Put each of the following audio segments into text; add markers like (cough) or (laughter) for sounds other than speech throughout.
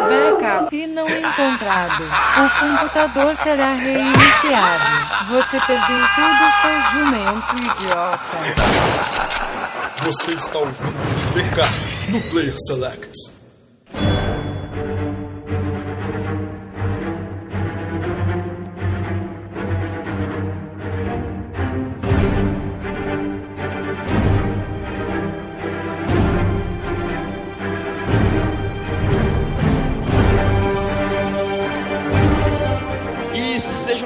backup não é encontrado. O computador será reiniciado. Você perdeu tudo, seu jumento idiota. Você está ouvindo Backup no Player Select.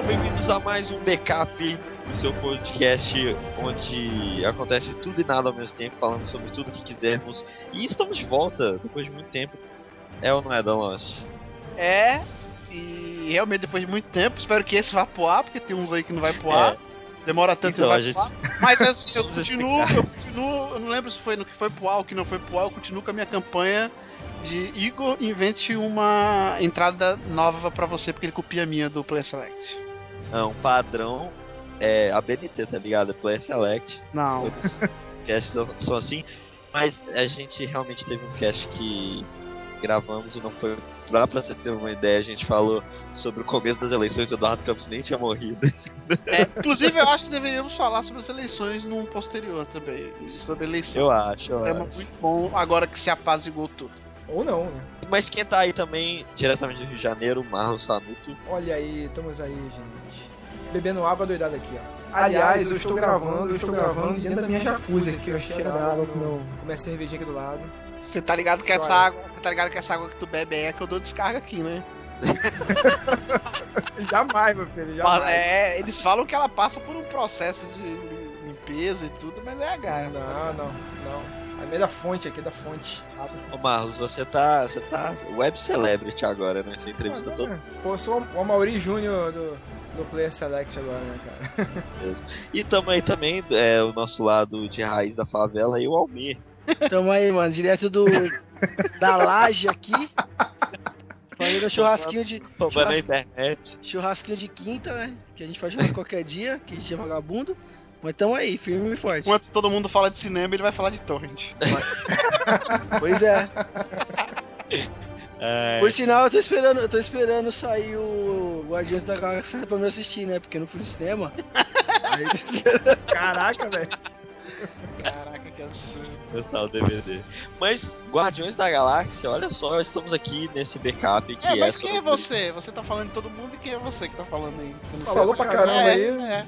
bem-vindos a mais um Backup, o seu podcast onde acontece tudo e nada ao mesmo tempo, falando sobre tudo que quisermos. E estamos de volta depois de muito tempo. É ou não é, Dallas? É, e realmente depois de muito tempo, espero que esse vá pro ar, porque tem uns aí que não vai pro ar. É. Demora tanto então, vai gente... pro ar. Mas (laughs) assim, eu continuo, eu continuo, eu não lembro se foi no que foi pro ar ou que não foi pro ar, eu continuo com a minha campanha de Igor invente uma entrada nova para você, porque ele copia a minha do Play Select. Não, um padrão é a BNT, tá ligado? Play Select. Não. Todos os casts são assim. Mas a gente realmente teve um cast que gravamos e não foi pra, pra você ter uma ideia. A gente falou sobre o começo das eleições do Eduardo Campos nem tinha morrido. É, inclusive, eu acho que deveríamos falar sobre as eleições num posterior também. Sobre eleições. Eu acho, eu é acho. muito bom agora que se apazigou tudo. Ou não, né? Mas quem tá aí também, diretamente do Rio de Janeiro, Marlos Sanuto. Olha aí, estamos aí, gente. Bebendo água doidada aqui, ó. Aliás, eu, eu estou gravando, eu estou gravando dentro, dentro da minha jacuzzi aqui, ó. Cheia da água com, meu, com minha cervejinha aqui do lado. Você tá ligado que Só essa água, você tá ligado que essa água que tu bebe é que eu dou descarga aqui, né? (laughs) jamais, meu filho, jamais. Mas, é, eles falam que ela passa por um processo de limpeza e tudo, mas é a garra. Não, tá não, não. A meio da fonte aqui, da fonte. Rápido. Ô Marlos, você tá. Você tá web celebrity agora, né? Você entrevista ah, todo. É. Pô, eu sou o Mauri Júnior do, do Player Select agora, né, cara? Mesmo. E tamo aí também, é, o nosso lado de raiz da favela e o Almir. Tamo aí, mano, direto do. da laje aqui. Fazendo churrasquinho de. Churrasquinho, na internet. Churrasquinho de quinta, né? Que a gente faz churrasco qualquer dia, que a gente é vagabundo. Mas tamo aí, firme e forte. Enquanto todo mundo fala de cinema, ele vai falar de torrent. pois é. (laughs) é. Por sinal, eu tô esperando, eu tô esperando sair o Guardiões da Galáxia pra me assistir, né? Porque eu não fui no cinema. aí... Caraca, velho. Caraca, que absurdo. Lançar o DVD. Mas, Guardiões da Galáxia, olha só, estamos aqui nesse backup que é. Mas é quem é você? Você tá falando de todo mundo e quem é você que tá falando aí? Falou pra caramba é, aí. (laughs) É.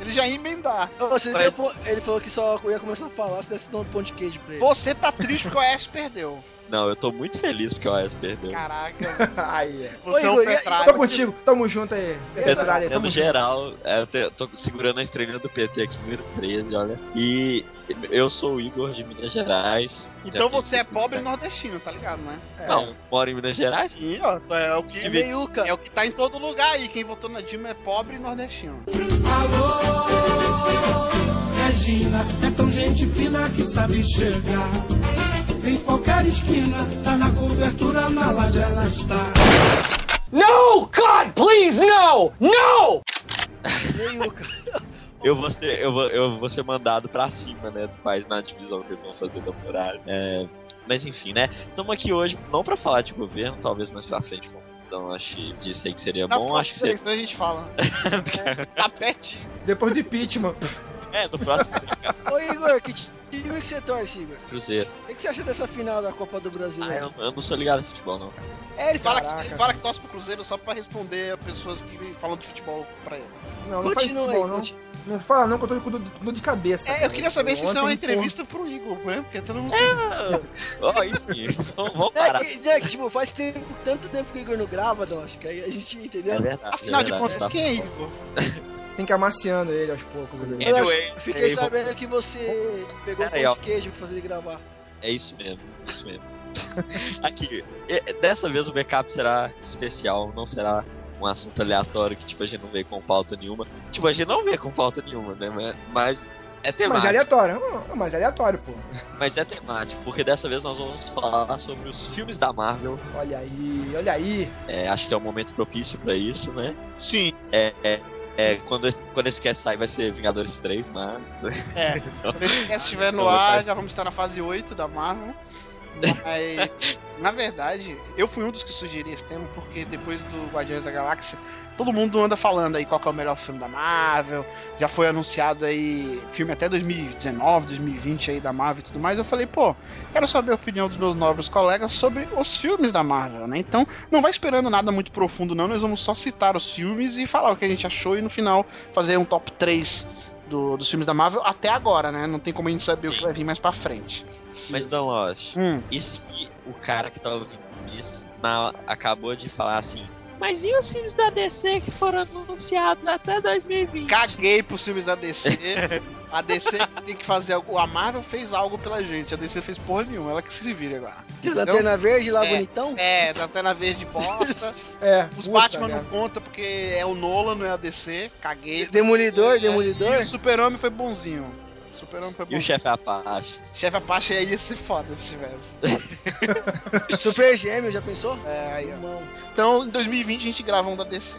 Ele já ia emendar. Você Mas... deu, ele falou que só ia começar a falar se desse um pão de queijo pra ele. Você tá triste porque o Ash perdeu. Não, eu tô muito feliz porque o Ash perdeu. (laughs) Caraca. (laughs) aí é. Você Ô, Igor, é um Tô contigo, tamo junto aí. Essa área, tamo no geral, é, eu te, tô segurando a estrelinha do PT aqui, número 13, olha. E eu sou o Igor de Minas Gerais. Então você é pobre né? nordestino, tá ligado, né? (laughs) É. Não, moro em Minas Gerais? Sim, ó. É o que, é, é o que tá em todo lugar aí. Quem votou na Dilma é pobre nordestino. Alô, Regina, é tão gente fina que sabe chegar. Em qualquer esquina, tá na cobertura, na laje ela está. No, God, please, no! No! Meiuca. eu vou ser, eu vou, eu vou ser mandado pra cima, né, do país na divisão que eles vão fazer da muralha. É, mas enfim, né, estamos aqui hoje não pra falar de governo, talvez mais pra frente, como então acho disse aí que seria Nas bom, acho que seria... a (laughs) gente fala. é, tá pertinho. Depois do impeachment. É, no próximo. (laughs) Ô Igor, que time que você torce, Igor? Cruzeiro. O que você acha dessa final da Copa do Brasil? Ah, eu, eu, não sou ligado em futebol, não, cara. É, ele fala, Caraca. que, ele fala que torce pro Cruzeiro só pra responder a pessoas que falam de futebol pra ele. Não, não Continua futebol, aí, não. Continua. Não fala não, que eu tô com dor de cabeça. É, cara. eu queria saber se isso é uma entrevista por... pro Igor, né? Porque todo mundo. Tá É! Ó, enfim, (laughs) vamos parar. É que, é que, tipo, faz tempo, tanto tempo que o Igor não grava, não, acho que aí a gente, entendeu? É verdade, Afinal é verdade, de contas, tá quem é Igor? Tem que ir amaciando ele aos poucos. É Ali. Anyway, É, é fiquei anyway, sabendo vou... que você pegou um pão de queijo pra fazer ele gravar. É isso mesmo, isso mesmo. (laughs) Aqui, é, dessa vez o backup será especial, não será um assunto aleatório que tipo a gente não vê com pauta nenhuma. Tipo, a gente não vê com pauta nenhuma, né? Mas é temático. Mas é aleatório, mas é aleatório, pô. Mas é temático, porque dessa vez nós vamos falar sobre os filmes da Marvel. Olha aí, olha aí. É, acho que é um momento propício para isso, né? Sim. É, é, é, quando, esse, quando esse cast sair vai ser Vingadores 3, mas. É. então, quando esse cast estiver no ar, já vamos estar na fase 8 da Marvel. Mas, na verdade, eu fui um dos que sugeri esse tema, porque depois do Guardiões da Galáxia, todo mundo anda falando aí qual que é o melhor filme da Marvel, já foi anunciado aí filme até 2019, 2020 aí da Marvel e tudo mais. Eu falei, pô, quero saber a opinião dos meus nobres colegas sobre os filmes da Marvel, né? Então, não vai esperando nada muito profundo, não. Nós vamos só citar os filmes e falar o que a gente achou e no final fazer um top 3 do- dos filmes da Marvel até agora, né? Não tem como a gente saber o que vai vir mais pra frente. (laughs) Mas não, Osh, Hum. e se o cara que tá ouvindo isso na- acabou de falar assim, mas e os filmes da DC que foram anunciados até 2020? caguei pros filmes da DC. A DC tem que fazer algo. A Marvel fez algo pela gente. A DC fez porra nenhuma. Ela que se vire agora. Viu, Lanterna Verde lá, É. bonitão? É, Lanterna Verde bosta. É, Os puta, Batman né? não conta porque é o Nolan, não é a DC. Caguei. Demolidor, É. Demolidor. O Super-Homem foi bonzinho. O Super-Homem E foi o bonzinho. chefe é Apache? Chefe Apache aí ia ser foda se tivesse. Super Gêmeo, já pensou? É, aí, ó. Irmão. Então, em 2020 a gente grava um da É. DC.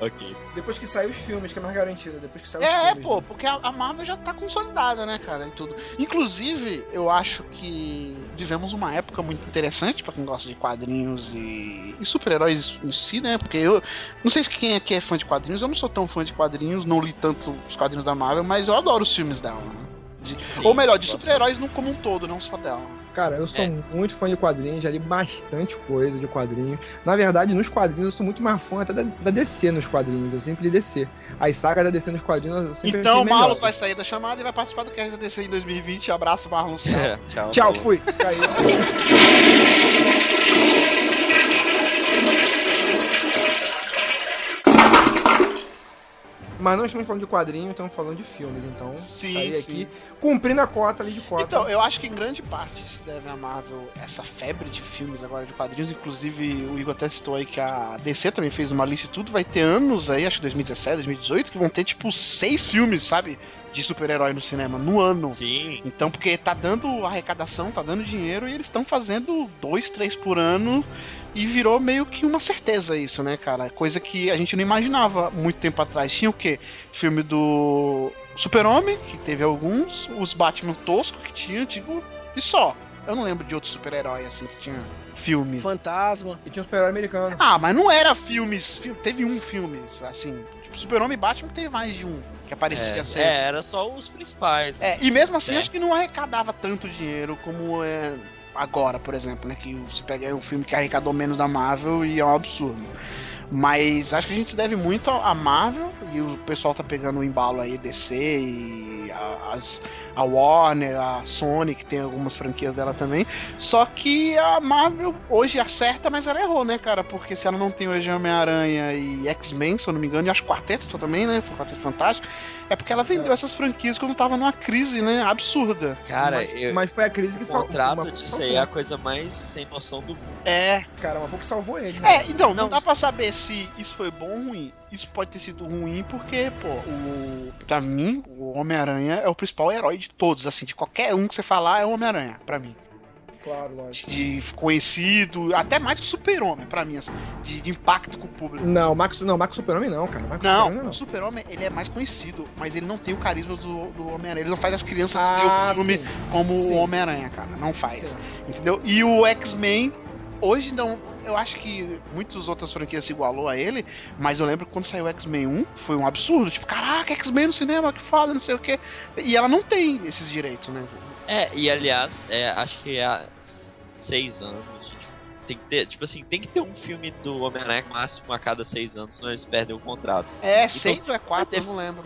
Ok. Depois que saem os filmes, que é mais garantido. Depois que saem os É, é, filmes. né? pô, porque a a Marvel já tá consolidada, né, cara, e tudo. Inclusive, eu acho que vivemos uma época muito interessante pra quem gosta de quadrinhos e, e super-heróis em si, né? Porque eu não sei se quem aqui é fã de quadrinhos, eu não sou tão fã de quadrinhos, não li tanto os quadrinhos da Marvel, mas eu adoro os filmes dela, né? De- Sim, Ou melhor, de gosto. super-heróis não como um todo, não só dela. Cara, eu sou É. muito fã de quadrinhos, já li bastante coisa de quadrinhos. Na verdade, nos quadrinhos eu sou muito mais fã até da, da DC nos quadrinhos, eu sempre li DC. As sagas da DC nos quadrinhos eu sempre Então o achei melhor. Marlos vai sair da chamada e vai participar do Cast da DC em 2020. Abraço, Marlon. tá É, tchau. Tchau, falou. fui. Tá Caiu. Mas não estamos falando de quadrinho, estamos falando de filmes, então. Sim, estarei sim. aqui cumprindo a cota ali de cota. Então, eu acho que em grande parte se deve a Marvel essa febre de filmes agora de quadrinhos. Inclusive, o Igor até citou aí que a DC também fez uma lista e tudo. Vai ter anos aí, acho que 2017, 2018, que vão ter tipo seis filmes, sabe? De super-herói no cinema no ano. Sim, Então, porque tá dando arrecadação, tá dando dinheiro e eles estão fazendo dois, três por ano e virou meio que uma certeza isso, né, cara? Coisa que a gente não imaginava muito tempo atrás. Tinha o quê? Filme do Super-Homem, que teve alguns, os Batman Tosco que tinha, tipo, e só. Eu não lembro de outro super-herói assim que tinha filme. Fantasma. E tinha um super-herói americano. Ah, mas não era filmes, fi- teve um filme, assim, tipo, Super-Homem e Batman teve mais de um que aparecia é, sempre. é, era só os principais. É, e mesmo assim, É. acho que não arrecadava tanto dinheiro como é agora, por exemplo, né? Que você pega aí um filme que arrecadou menos da Marvel e é um absurdo. Mas acho que a gente se deve muito à Marvel e o pessoal tá pegando o embalo aí, DC e a, as- a Warner, a Sony, que tem algumas franquias dela também. Só que a Marvel hoje acerta, mas ela errou, né, cara? Porque se ela não tem hoje Homem-Aranha e X-Men, se eu não me engano, e acho que Quarteto também, né? Foi Quarteto Fantástico. É porque ela vendeu essas franquias quando tava numa crise, né? Absurda. Cara, mas, eu, mas foi a crise que o salvou. contrato uma- disso salvou. aí é a coisa mais sem noção do mundo. É, Cara, mas foi o que salvou ele. né? É, então, não, Não, dá isso- pra saber se isso foi bom ou ruim. Isso pode ter sido ruim porque, pô, o, pra mim, o Homem-Aranha é o principal herói de todos, assim, de qualquer um que você falar é o Homem-Aranha, pra mim. É. Claro, lógico. De conhecido, até mais que o Super-Homem, pra mim, assim, de, de impacto com o público. Não, o Max, não, o Max Super-Homem não, cara. o Max Super-Homem Não, o Super-Homem, ele é mais conhecido, mas ele não tem o carisma do, do Homem-Aranha. Ele não faz as crianças ver o filme Ah, sim, como sim. o Homem-Aranha, cara. Não faz. sim. Entendeu? E o X-Men, hoje não. Eu acho que muitas outras franquias se igualou a ele, mas eu lembro que quando saiu o X-Men 1, foi um absurdo. Tipo, caraca, X-Men no cinema, que fala, não sei o quê. E ela não tem esses direitos, né? É, e aliás, é, acho que há seis anos, gente. Tem que ter, tipo assim, tem que ter um filme do Homem-Aranha no máximo a cada seis anos, senão eles perdem o contrato. Então, É, 6 ou é ter- 4, eu não lembro.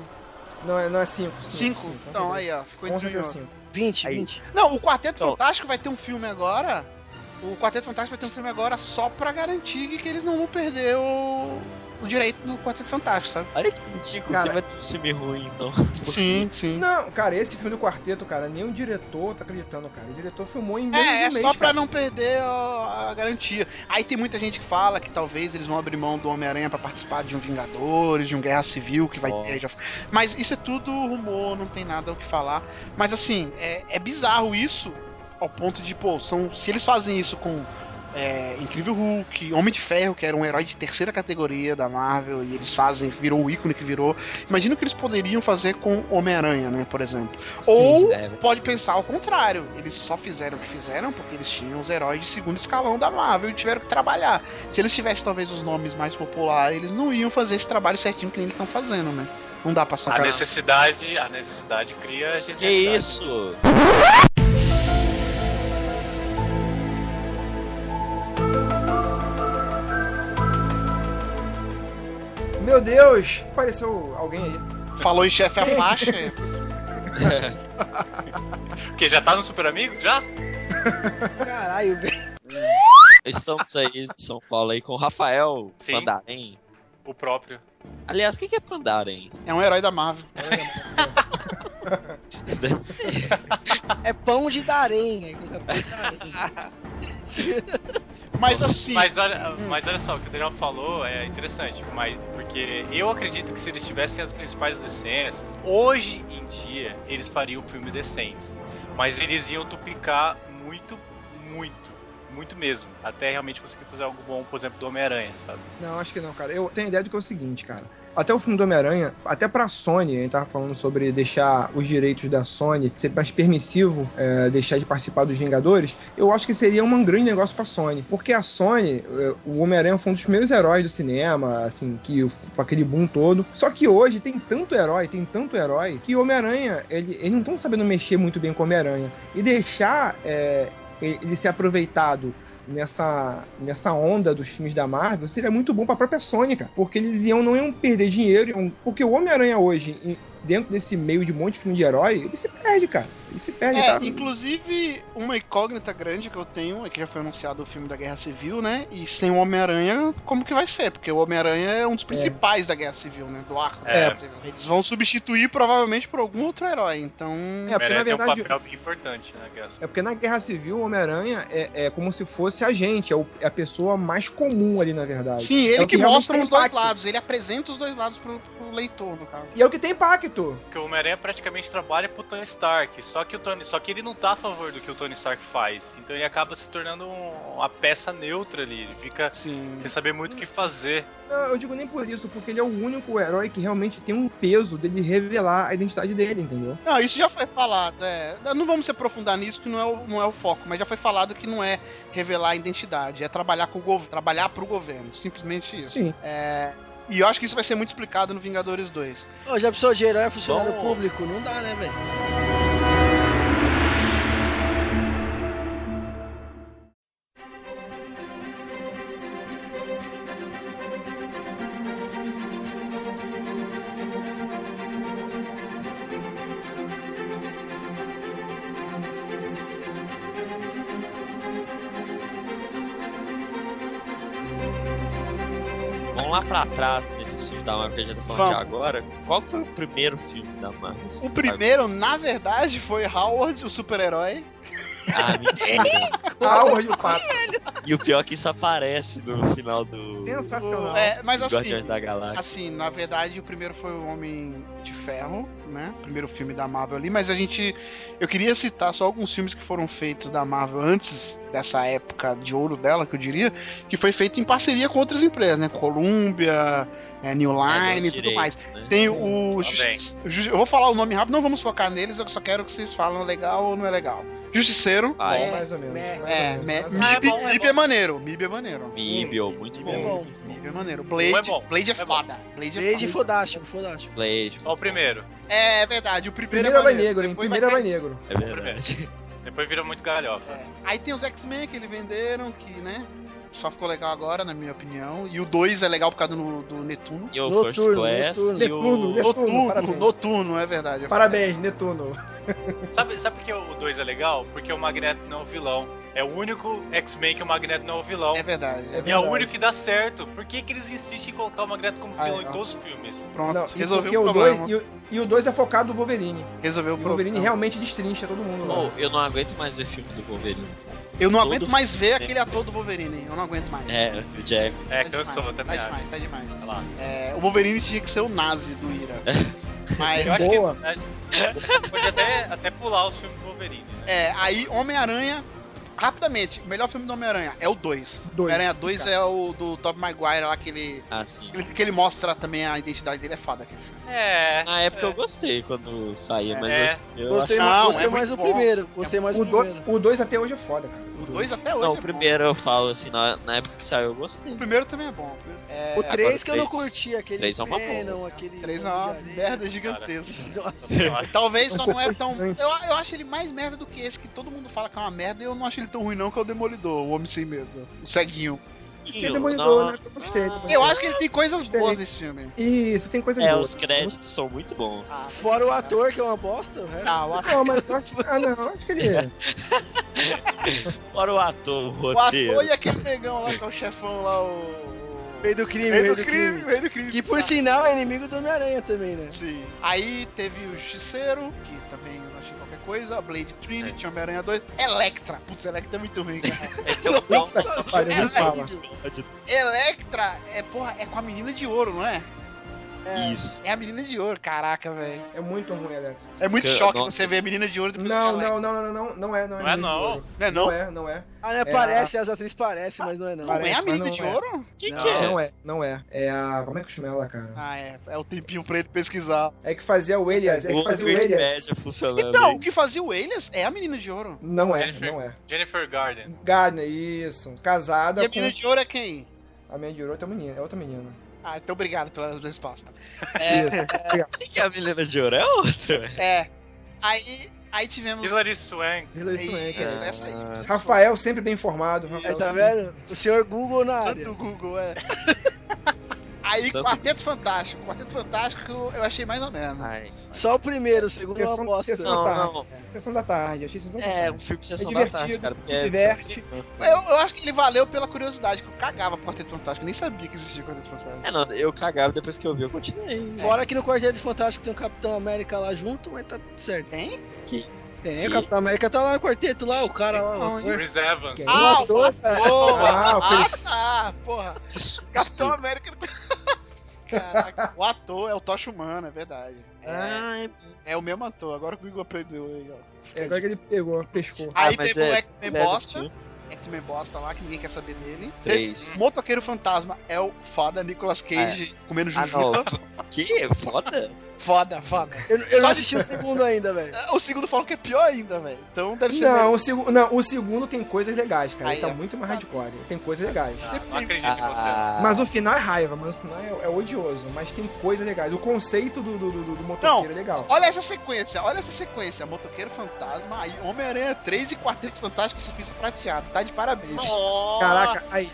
Não, é, não é 5. 5? Então, aí, ó, ficou Com entre um e certeza outro. 5. 20, 20. Não, o Quarteto Então- Fantástico vai ter um filme agora. O Quarteto Fantástico vai ter um filme agora só pra garantir que eles não vão perder o, o direito do Quarteto Fantástico, sabe? Olha que ridículo, Cara- você vai ter um filme ruim, então. (laughs) Sim, sim. Não, cara, esse filme do quarteto, cara, nem o diretor tá acreditando, cara. O diretor filmou em menos É, é de um mês, só pra cara. não perder ó, a garantia. Aí tem muita gente que fala que talvez eles vão abrir mão do Homem-Aranha pra participar de um Vingadores, de um Guerra Civil que vai ter. já- Mas isso é tudo rumor, não tem nada o que falar. Mas assim, é, é bizarro isso ao ponto de, pô, são, se eles fazem isso com é, Incrível Hulk, Homem de Ferro, que era um herói de terceira categoria da Marvel, e eles fazem, virou o ícone que virou. Imagina o que eles poderiam fazer com Homem-Aranha, né, por exemplo. Ou é, pode pensar ao contrário, eles só fizeram o que fizeram porque eles tinham os heróis de segundo escalão da Marvel e tiveram que trabalhar. Se eles tivessem talvez os nomes mais populares, eles não iam fazer esse trabalho certinho que eles estão fazendo, né? Não dá pra A sacar. necessidade, a necessidade cria a Que genialidade. isso? Meu Deus, apareceu alguém aí. Falou em chefe Apache, Que já tá no Super Amigos? Já? Caralho, velho. Estamos aí de São Paulo aí com o Rafael Sim. Pandaren. O próprio. Aliás, o que que é Pandaren? é um herói da Marvel. Deve ser. É pão de darém. aí coloca pão (laughs) de darém. Mas assim, Mas olha, mas olha só, o que o Daniel falou é interessante, mas porque eu acredito que se eles tivessem as principais licenças, hoje em dia eles fariam um filme decente. Mas eles iam tupicar muito, muito, muito mesmo. Até realmente conseguir fazer algo bom, por exemplo, do Homem-Aranha, sabe? Não, acho que não, cara. Eu tenho a ideia do que é o seguinte, cara. Até o filme do Homem-Aranha, até pra Sony, a gente tava falando sobre deixar os direitos da Sony ser mais permissivo, é, deixar de participar dos Vingadores, eu acho que seria um grande negócio pra Sony. Porque a Sony, é, o Homem-Aranha foi um dos primeiros heróis do cinema, assim, que foi aquele boom todo. Só que hoje tem tanto herói, tem tanto herói, que o Homem-Aranha, ele, eles não estão sabendo mexer muito bem com o Homem-Aranha. E deixar é, ele ser aproveitado nessa, nessa onda dos filmes da Marvel seria muito bom pra própria Sony, cara. Porque eles iam, não iam perder dinheiro. iam- porque o Homem-Aranha hoje, em- dentro desse meio de um monte de filme de herói, ele se perde, cara. Ele se perde, É, tá? inclusive, uma incógnita grande que eu tenho é que já foi anunciado o filme da Guerra Civil, né? E sem o Homem-Aranha, como que vai ser? Porque o Homem-Aranha é um dos principais da Guerra Civil, né? Do arco da É. Guerra Civil. Eles vão substituir provavelmente por algum outro herói, então. É, porque na Merece um verdade. papel bem importante, né, Gus? É porque na Guerra Civil o Homem-Aranha é, é como se fosse a gente, é, o- é a pessoa mais comum ali, na verdade. Sim, ele É o que, que realmente mostra tem os dois impacto. lados, ele apresenta os dois lados pro, pro leitor, no caso. E é o que tem impacto. Porque o Homem-Aranha praticamente trabalha pro Tony Stark, só que, o Tony, só que ele não tá a favor do que o Tony Stark faz. Então ele acaba se tornando um- uma peça neutra ali, ele fica Sim. sem saber muito o que fazer. Não, eu digo nem por isso, porque ele é o único herói que realmente tem um peso dele revelar a identidade dele, entendeu? Não, isso já foi falado. É. Não vamos se aprofundar nisso, que não é, o, não é o foco, mas já foi falado que não é revelar a identidade, é trabalhar com o governo, trabalhar pro governo. Simplesmente isso. Sim. É, E eu acho que isso vai ser muito explicado no Vingadores 2. Ô, já precisou de herói funcionário Bom. público? Não dá, né, velho? Vamos lá pra trás nesses filmes da Marvel que a gente tá falando Vamos. de agora. Qual que foi o primeiro filme da Marvel? Você O sabe? primeiro, na verdade, foi Howard, o super-herói. Ah, mentira. (laughs) É Howard e o Pato. e o pior é que isso aparece no final do Sensacional. É, mas dos assim, Guardiões da Galáxia. assim, na verdade, o primeiro foi o Homem de Ferro, né? O primeiro filme da Marvel ali, mas a gente. Eu queria citar só alguns filmes que foram feitos da Marvel antes dessa época de ouro dela, que eu diria, que foi feito em parceria com outras empresas, né? Columbia, é, New Line e tudo mais. Né? Tem o. Justi- Justi- Eu vou falar o nome rápido, não vamos focar neles, eu só quero que vocês falem legal ou não é legal. Justiceiro. Ah, É, é. mais ou menos. é, mais ou É, menos, me- mais ou menos. Mib, é bom, é Mib bom. é maneiro, Mib é maneiro. Mibel, muito É bom. bom. Mib é maneiro. Blade, Bom, é bom. Blade é, É bom. foda. Blade é Desde foda. fodástico, fodástico. Blade, Só o primeiro. É verdade, o primeiro, Primeiro é vai maneiro. negro, hein? depois Primeiro vai vai negro. é (laughs) verdade. Depois vira muito galhofa. ter- é. Aí tem os X-Men que eles venderam, que, né? Só ficou legal agora, na minha opinião. E o 2 é legal por causa do, do Netuno. E o First Noturno, Class noturno. e o... Noturno. Noturno, né? noturno, parabéns. é verdade. Parabéns, Netuno. Sabe, sabe por que o 2 é legal? Porque o Magneto não é o vilão. É o único X-Men que o Magneto não é o vilão. É verdade. É e é o verdade. único que dá certo. Por que, que eles insistem em colocar o Magneto como Ah, vilão é, ó. em todos os filmes? Pronto, Não, e porque resolveu o o problema. dois, e, o- e o 2 é focado no Wolverine. Resolveu o E o Wolverine problema. realmente destrincha todo mundo né? lá. Oh, eu não aguento mais ver filme do Wolverine. Eu não todo aguento mais ver filme. um aquele ator do Wolverine. Eu não aguento mais. É, o Jack. É, Tá cansou, demais, também Tá acho. demais, tá demais. Olha lá. É, o Wolverine tinha que ser o nazi do (laughs) Ira. Mas Eu acho Boa. que acho- pode até, até pular os filmes do Wolverine, né? É, aí Homem-Aranha, rapidamente, o melhor filme do Homem-Aranha é o 2. Dois, Homem-Aranha 2 cara. é o do Tobey Maguire lá, que ele, Ah, sim. que ele- que ele mostra também a identidade dele, é foda. aquele filme. É. Na época eu gostei quando saía, mas É. eu, eu Gostei, acho- ma- Não, gostei é mais do muito bom. primeiro. Gostei mais O do primeiro. do- O 2 até hoje é foda, cara. O 2 até hoje Não, é o bom. primeiro eu falo assim, na, na época que saiu eu gostei. O primeiro também é bom. O primeiro- É, O 3 que eu não três- curti, aquele três é uma boa, Venom, assim. aquele... 3 é Homem uma de Areia. merda gigantesca. Nossa. Nossa, Talvez só Um não é cocô tão. gigante. Eu, eu acho ele mais merda do que esse, que todo mundo fala que é uma merda, e eu não acho ele tão ruim, não, que é o Demolidor, o Homem Sem Medo, o ceguinho. Ih, Esse é eu- demolidor, não. né? Eu gostei. Demolidor. Eu acho que ele tem coisas Gostei. boas nesse filme. Isso, tem coisas É, boas. os créditos são muito bons. Ah, Fora o ator, que é uma bosta, o resto- Não, eu acho- Não, mas eu acho... Ah, não, eu acho que ele... Fora o ator, o o ator roteiro. e aquele negão lá, que é o chefão lá, o. Rei do crime, Rei rei do do crime, crime. rei do crime. Que por sabe? sinal é inimigo do Homem-Aranha também, né? Sim. Aí teve o Justiceiro, que também eu não achei qualquer coisa, Blade Trinity, É. Homem-Aranha 2, Electra. Putz, Electra é muito ruim, cara. (laughs) Esse é o ponto Olha, É, nem fala. Electra é, porra, é com a menina de ouro, não é? Isso. É a menina de ouro, caraca, velho. É muito ruim, Alex. É muito Que- choque nossa. você ver a menina de ouro e depois Não, Electra. não, não, não, não, não é, não é. Não é, menino não. de ouro. Não é não? Não é, não é. Ah, né? É, Parece, as atrizes parecem, mas não é não. Não é a Parece, mas menina não de é. ouro? Que Não, que é? Não é, não é. É a... Como é que chama ela, cara? Ah, é. É o tempinho pra ele pesquisar. É que fazia o Elias, é que O fazia o Elias. Wikipedia funcionando. Então, o aí. que fazia o Elias é a menina de ouro. Não é, Jennifer. não é. Jennifer Garden. Gardner, isso. Casada E a com... menina de ouro é quem? A minha de ouro é outra menina, é outra menina. Ah, então obrigado pela resposta. É, Quem que é a Milena de Ouro? É outra, velho. é. Aí, aí tivemos. Hilary Swank. É Hilary Isso, Swank. isso, essa aí. Rafael sempre bem informado. Aí, Rafael tá sempre- vendo? O senhor Google na área. Santo (laughs) Google, é. Aí, Santo Quarteto Fantástico. Quarteto Fantástico eu achei mais ou menos. Ai. Só o primeiro, o segundo é uma Sessão, bosta. sessão Não, da tarde. não. Sessão da tarde, achei sessão da tarde. É, um filme de sessão É da tarde, divertido, cara. Porque se diverte. É, Nossa. Eu, eu acho que ele valeu pela curiosidade, que eu cagava pro Quarteto Fantástico, nem sabia que existia Quarteto Fantástico. É, não, eu cagava depois que eu vi, eu continuei. Fora que no Quarteto Fantástico tem o Capitão América lá junto, mas tá tudo certo. Tem? Tem, Que? o Capitão América tá lá no quarteto lá, o cara lá. Não, o ator. Chris Evans. Quem? Ah, o ator, cara. ator! Ah, o Ah, Chris- tá, porra. Capitão América. (laughs) Caraca, o ator é o Tocha Humano, é verdade. É, Ai, é o mesmo ator, agora que o Igor aprendeu aí, ó. Ah, É, agora que ele pegou, pescou. Aí mas teve o é- X-Men leva Bosta. Hum. esse filme. X-Men Bosta lá, que ninguém quer saber dele. Três. Motoqueiro Fantasma é o foda Nicolas Cage comendo Ah, jujuba. não. Que? Foda? (laughs) foda, foda. Eu, eu não Só assisti o segundo ainda, velho. Ah, (laughs) O segundo falam que é pior ainda, velho. Então deve ser. Não melhor. o, segu... não, o segundo tem coisas legais, cara. Ele Aí, tá ó. muito mais hardcore. Tem coisas legais. Ah, sempre não tem- acredito em você. Ah, Mas o final é raiva, mas Não é, é odioso, mas tem coisas legais. O conceito do, do, do, do Não, motoqueiro é legal. olha essa sequência, olha essa sequência. Motoqueiro Fantasma, aí Homem-Aranha 3 e Quarteto Fantástico Surfista Prateado. Tá de parabéns. caraca, aí.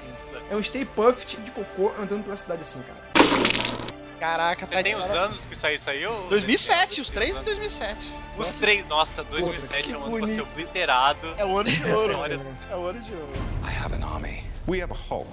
É um stay puffed de cocô andando pela cidade assim, cara. Caraca, tá Você tem de os parabéns. anos que isso aí saiu? 2007, os três em 2007. Os três, nossa, 2007 é um ano pra ser obliterado. É o ano (laughs) de ouro. Olha, É o ano de ouro. I have an army. We have a Hulk.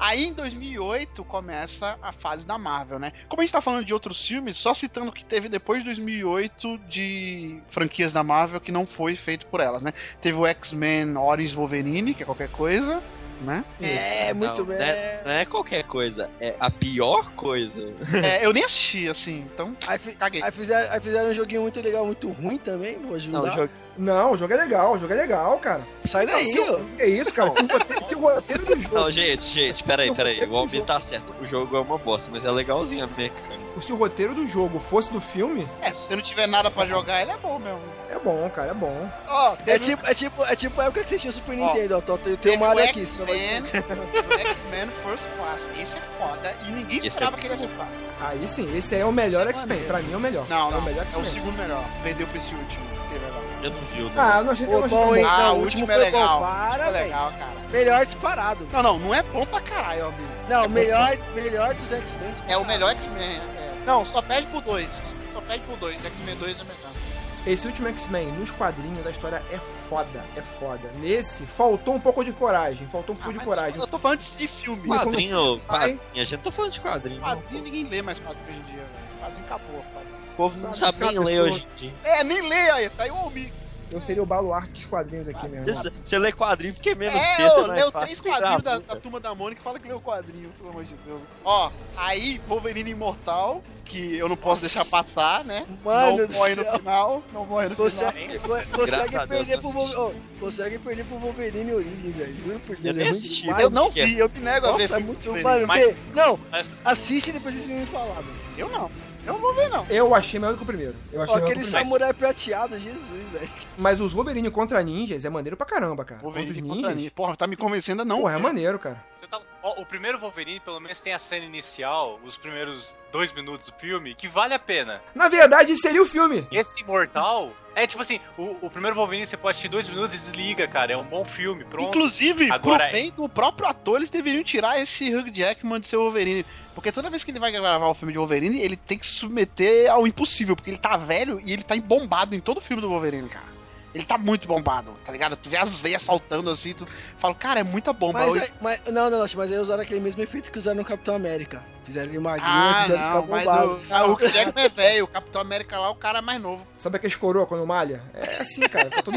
Aí em 2008 começa a fase da Marvel, né? Como a gente tá falando de outros filmes, só citando o que teve depois de 2008 de franquias da Marvel que não foi feito por elas, né? Teve o X-Men Origins Wolverine, que é qualquer coisa, (laughs) né? É, muito não, bem. né? Não é qualquer coisa, é a pior coisa. É, eu nem assisti, assim, então Aí, fi- caguei. aí fizeram, aí fizeram um joguinho muito legal, muito ruim também, vou Não, ajudar. o jogo Não, o jogo é legal, o jogo é legal, cara. Sai daí, Não, se ó. É isso, cara. Se o roteiro, se o roteiro do jogo. Não, gente, gente, peraí, peraí. O Alvin tá certo. O jogo é uma bosta, mas é legalzinho a mecânica. Se o roteiro do jogo fosse do filme, É, se você não tiver nada pra jogar, ele é bom mesmo. é bom, cara, é bom. Ó, É teve um- tipo, é tipo, é tipo a época que você tinha o Super Ó, Nintendo, ó. Tô, tem tem Teve uma área o aqui, só vai- X-Men, o X-Men First Class. Esse é foda e ninguém Esse esperava é que ele ia ser foda. Aí sim, esse aí é o melhor Isso é X-Men. maneiro. Pra mim é o melhor. Não, É o não, melhor é o X-Men. segundo melhor. Vendeu pra esse último. que Teve agora. Eu não vi o Ah, nome. eu não achei, eu não Pô, achei bom, tão hein? bom. Ah, Não, o último é foi legal. bom. o último Para, é velho. legal, cara. Melhor disparado. Não, não, não é bom pra caralho, amigo. Não, melhor, melhor dos X-Men. É o disparado. melhor X-Men. é. Não, só pede pro 2. Só pede pro 2. X-Men 2 é melhor. Tipo Esse último X-Men, nos quadrinhos, a história é foda, é foda. Nesse, faltou um pouco de coragem, faltou um pouco de Ah, mas coragem. Eu tô falando antes de filme. Quadrinho, quadrinho. A gente tá falando de quadrinho. Quadrinho ninguém lê mais quadrinho hoje em dia, velho. Quadrinho acabou, quadrinho. O povo não Sabe- sabe nem sabe, ler sou- hoje em dia. É, nem lê aí, tá aí o Omi. Eu seria o baluarte dos quadrinhos Ah, aqui, meu irmão. Você você lê quadrinho porque é menos É, texto, ô, é mais leu fácil. três que gravar, quadrinhos da, da puta. turma da Mônica e fala que leu o quadrinho, pelo amor de Deus. Ó, aí, Wolverine Imortal, que eu não posso deixar passar, né? Mano não do morre céu. é no final, (laughs) não morre no Consegue, final. co- Graças consegue, a Deus, perder não pro assisti. Wolverine, consegue perder pro Wolverine Origins, velho. Juro por Deus, nem é ruim assisti, demais. Eu não que é? vi, eu me nego a ver. Nossa, é filme muito. dele. Mano, Mas- vê- não, Mas assiste e depois vocês vêm me falar, velho. Eu não. Eu não vou ver, não. Eu achei melhor do que o primeiro. Eu achei Ó, melhor do que o aquele primeiro. samurai prateado, Jesus, velho. Mas os Wolverine contra ninjas é maneiro pra caramba, cara. Vou Contra ver os ele ninjas. contra ninja. Porra, tá me convencendo a não. Porra, é ver. maneiro, cara. você tá- ó, o primeiro Wolverine, pelo menos, tem a cena inicial, os primeiros dois minutos do filme, que vale a pena. Na verdade, seria o filme. Esse Imortal é tipo assim: o, o primeiro Wolverine você pode assistir dois minutos e desliga, cara. É um bom filme, pronto. Inclusive, Agora- é- pro bem do próprio ator, eles deveriam tirar esse Hugh Jackman de ser Wolverine. Porque toda vez que ele vai gravar o filme de Wolverine, ele tem que se submeter ao impossível. Porque ele tá velho e ele tá bombado em todo o filme do Wolverine, cara. Ele tá muito bombado, tá ligado? Tu vê as veias saltando assim, tu fala, cara, é muita bomba. Mas, Eu- aí- mas- não, não, Nath, mas aí usaram aquele mesmo efeito que usaram no Capitão América. Fizeram ele magrinho, Ah, fizeram não, ele mas ficar um bombado. o, ah, o Hugh Jackman é velho, o Capitão América lá, o cara é mais novo. Sabe aqueles coroa quando malha? É assim, cara. Tá todo...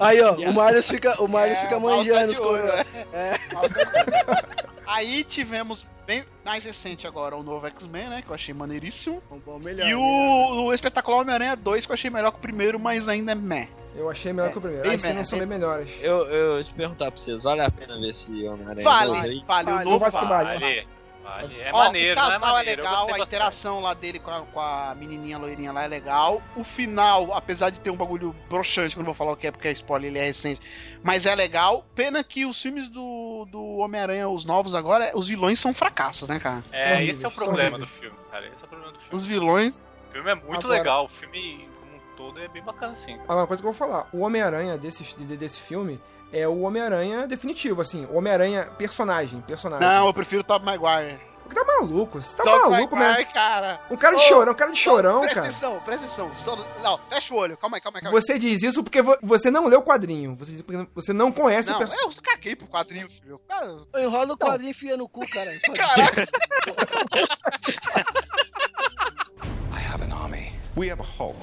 Aí, ó, (laughs) o Marius fica, o Marius É, fica o Maus tá manjando de os olho, coisas. Aí tivemos, bem mais recente agora, o novo X-Men, né? Que eu achei maneiríssimo. Bom, bom, melhor, e melhor. o, o espetacular Homem-Aranha 2, que eu achei melhor que o primeiro, mas ainda é meh. (laughs) Eu achei melhor que o primeiro. Bem As cenas merda, são bem melhores. Eu, eu te perguntar pra vocês, vale a pena ver esse Homem-Aranha dois Vale, aí? vale, o Vale, novo não vai ficar vale. barato. Vale, vale. É Ó, maneiro, o não é casal é, maneiro, eu legal, gostei a bastante. interação lá dele com a, com a menininha loirinha lá é legal. O final, apesar de ter um bagulho broxante, que eu não vou falar o que é, porque é spoiler, ele é recente, mas é legal. Pena que os filmes do, do Homem-Aranha, os novos agora, os vilões são fracassos, né, cara? São É, horríveis, esse é o são problema do horríveis. filme, cara. Esse é o problema do filme. Os vilões O filme é muito Agora- legal, o filme como um todo é bem bacana, assim. (laughs) cara. Agora, uma coisa que eu vou falar. O Homem-Aranha desse, de- desse filme é o Homem-Aranha definitivo, assim. O Homem-Aranha personagem, personagem. Não, eu prefiro o Top Maguire. O que tá maluco? Você É. tá Tobey maluco, Maguire, mesmo? cara. Um cara de Ô, chorão, um cara de chorão, presta cara. atenção, presta atenção. Só- Não, fecha o olho. Calma aí, calma aí, calma aí. Você diz isso porque vo- você não leu o quadrinho. Você diz porque você não conhece o Não, é personagem. eu caguei pro quadrinho, filho. Cara, Enrola o quadrinho e enfia no cu, cara. (laughs) Caraca. I have an army. We have a Hulk.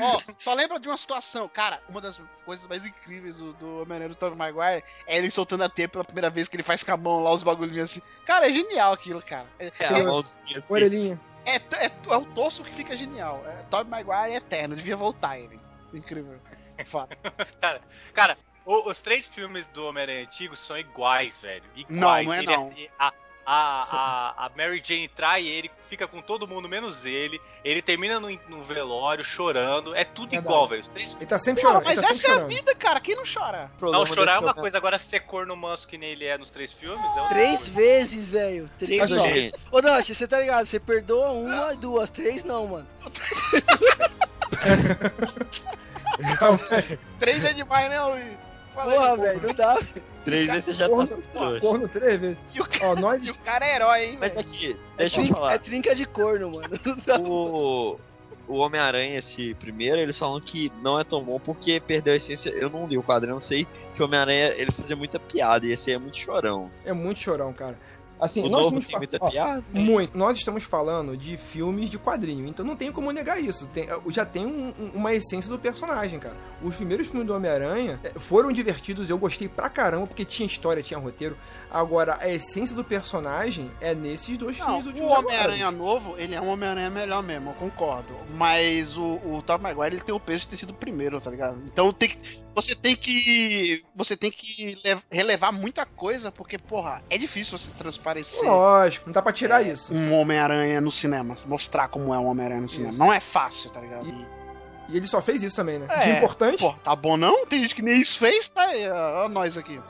Ó, só lembra de uma situação. Cara, uma das coisas mais incríveis do, do Homem-Aranha do Tobey Maguire é ele soltando a teia pela primeira vez que ele faz com a mão lá os bagulhinhos assim. Cara, é genial aquilo, cara. É, É, a mãozinha assim. Orelhinha. é, é, é o torso que fica genial. É, Tobey Maguire é eterno, devia voltar ele. Incrível. (laughs) Fato. Cara, o- os três filmes do Homem-Aranha antigo são iguais, velho. Iguais. Não, não é Ele- não. A, a, a, a Mary Jane trai ele, fica com todo mundo menos ele. Ele termina no, no velório chorando. É tudo Verdade. igual, velho. Os três Ele tá sempre Cara, chorando. mas ele tá essa sempre é a chorando. vida, cara. Quem não chora? O problema Não, chorar é desse uma Homem- coisa, agora ser corno manso que nem ele é nos três filmes é outra Três coisa. vezes, velho. Três Mas, ó, vezes. gente, Ô, Nath, você tá ligado? Você perdoa uma, duas, três, não, mano. Três é demais, né, Luiz? Fala aí, Porra, velho, não dá. três vezes você já tá sendo trouxa. Corno três vezes. E o cara, Ó, nós e o cara é herói, hein, Mas velho? aqui, deixa é, eu trin- falar. é trinca de corno, mano. (laughs) o, o Homem-Aranha, esse primeiro, eles falam que não é tão bom porque perdeu a essência. Eu não li o quadrinho, eu sei que o Homem-Aranha ele fazia muita piada e esse aí é muito chorão. É muito chorão, cara. Assim, O nós novo estamos tem fa- muita ó, piada. É. Muito. Nós estamos falando de filmes de quadrinho, então não tem como negar isso. Tem- já tem um- um- uma essência do personagem, cara. Os primeiros filmes do Homem-Aranha eh, foram divertidos, eu gostei pra caramba, porque tinha história, tinha roteiro. Agora, a essência do personagem é nesses dois Não, filmes o últimos agora. Homem-Aranha novo, ele é um Homem-Aranha melhor mesmo, eu concordo. Mas o, o Tobey Maguire, ele tem o peso de ter sido o primeiro, tá ligado? Então tem que, você tem que você tem que le- relevar muita coisa, porque, porra, é difícil você transparecer Lógico, não dá pra tirar isso. um Homem-Aranha no cinema, mostrar como é um Homem-Aranha no cinema. Isso. Não é fácil, tá ligado? E- E ele só fez isso também, né? É, De importante, Pô, tá bom não? Tem gente que nem isso fez, tá? aí, ó, ó nós aqui.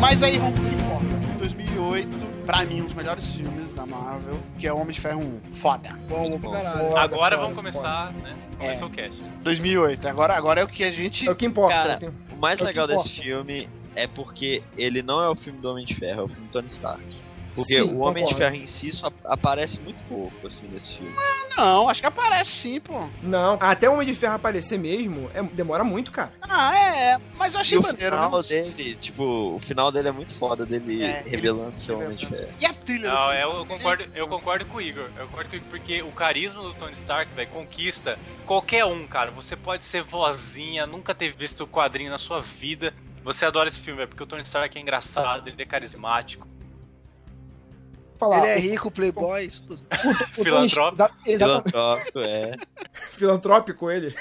Mas aí vamos pro que importa. 2008, pra mim, um dos melhores filmes da Marvel, que é Homem de Ferro 1. Foda. Bom, pra caralho. Foda, foda, Agora vamos começar, né? Começou o cast. 2008. Agora, agora é o que a gente... é o que importa. Cara, é o que- O mais É o que legal importa. desse filme é porque ele não é o filme do Homem de Ferro, é o filme do Tony Stark. Porque Sim, o Homem de concordo. Ah, Ferro em si só aparece muito pouco, assim, nesse filme. não, acho que aparece sim, pô. Não, até o Homem de Ferro aparecer mesmo, é- demora muito, cara. Ah, é, é, mas E eu achei o maneiro. final né? dele, tipo, o final dele é muito foda, dele É, revelando seu homem de ferro. E a trilha do Não, é, filme? eu, eu concordo, eu concordo com o Igor. Eu concordo com o Igor porque o carisma do Tony Stark, velho, conquista qualquer um, cara. Você pode ser vozinha, nunca ter visto o quadrinho na sua vida. Você adora esse filme, velho, porque o Tony Stark é engraçado, ele é carismático. Falar, Ele é rico, playboy, isso tudo. o- o Tony- filantrópico. exa- Exatamente. Filantrópico, é. Filantrópico ele.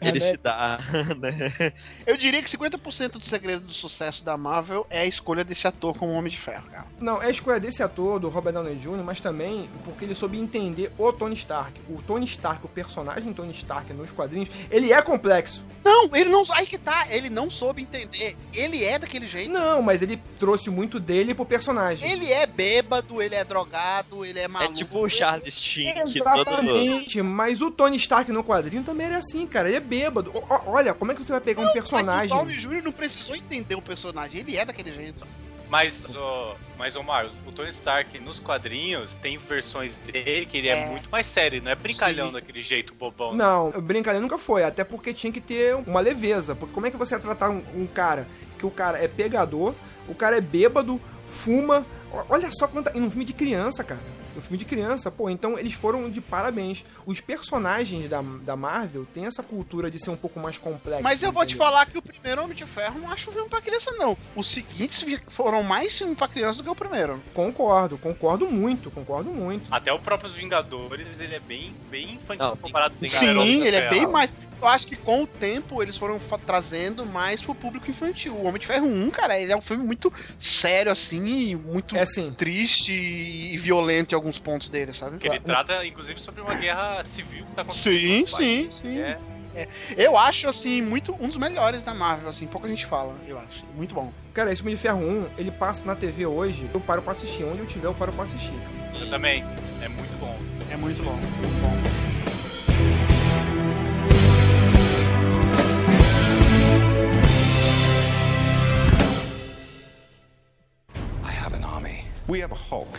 Ele É, se dá, (laughs) né? Eu diria que 50% do segredo do sucesso da Marvel é a escolha desse ator como Homem de Ferro, cara. Não, é a escolha desse ator, do Robert Downey Jr., mas também porque ele soube entender o Tony Stark. O Tony Stark, o personagem Tony Stark nos quadrinhos, ele é complexo. Não, ele não. Aí que tá, ele não soube entender. Ele é daquele jeito. Não, mas ele trouxe muito dele pro personagem. Ele é bêbado, ele é drogado, ele é É maluco. tipo o Charles Sheen, que todo... Exatamente, mas o Tony Stark no quadrinho também era assim, cara. Ele é bêbado. O- o- olha, como é que você vai pegar um Mas o personagem? Downey Jr. não precisou entender o personagem, ele é daquele jeito. Mas, ô, mas, ô Marcos, o Tony Stark nos quadrinhos tem versões dele que ele é, É. muito mais sério, não é brincalhão Sim. daquele jeito bobão. Não, brincadeira nunca foi, até porque tinha que ter uma leveza. Porque como é que você ia tratar um, um cara que o cara é pegador, o cara é bêbado, fuma. o- Olha só quanta. E num filme de criança, cara. Um filme de criança, pô, então eles foram de parabéns. Os personagens da, da Marvel têm essa cultura de ser um pouco mais complexo. É Mas eu vou te entendeu? falar que o primeiro Homem de Ferro não acho um filme pra criança, não. Os seguintes vi- foram mais filme pra criança do que o primeiro. Concordo, concordo muito, concordo muito. Até o próprio Vingadores, ele é bem, bem infantil Não, comparado com sim, Vingadores Sim, da ele é Terra. bem mais. Eu acho que com o tempo eles foram fa- trazendo mais pro público infantil. O Homem de Ferro 1, cara, ele é um filme muito sério, assim, e muito É assim. triste e violento em alguns pontos dele, sabe? Que ele tá- trata, inclusive, sobre uma guerra civil que tá Sim, acontecendo. no país. sim, sim. É, Eu acho, assim, muito um dos melhores da Marvel, assim, pouca gente fala, eu acho. Muito bom. Cara, esse filme de Ferro 1, ele passa na TV hoje, eu paro pra assistir. Onde eu tiver, eu paro pra assistir. eu também. É muito bom. É muito bom, muito bom. I have an army. We have a Hulk.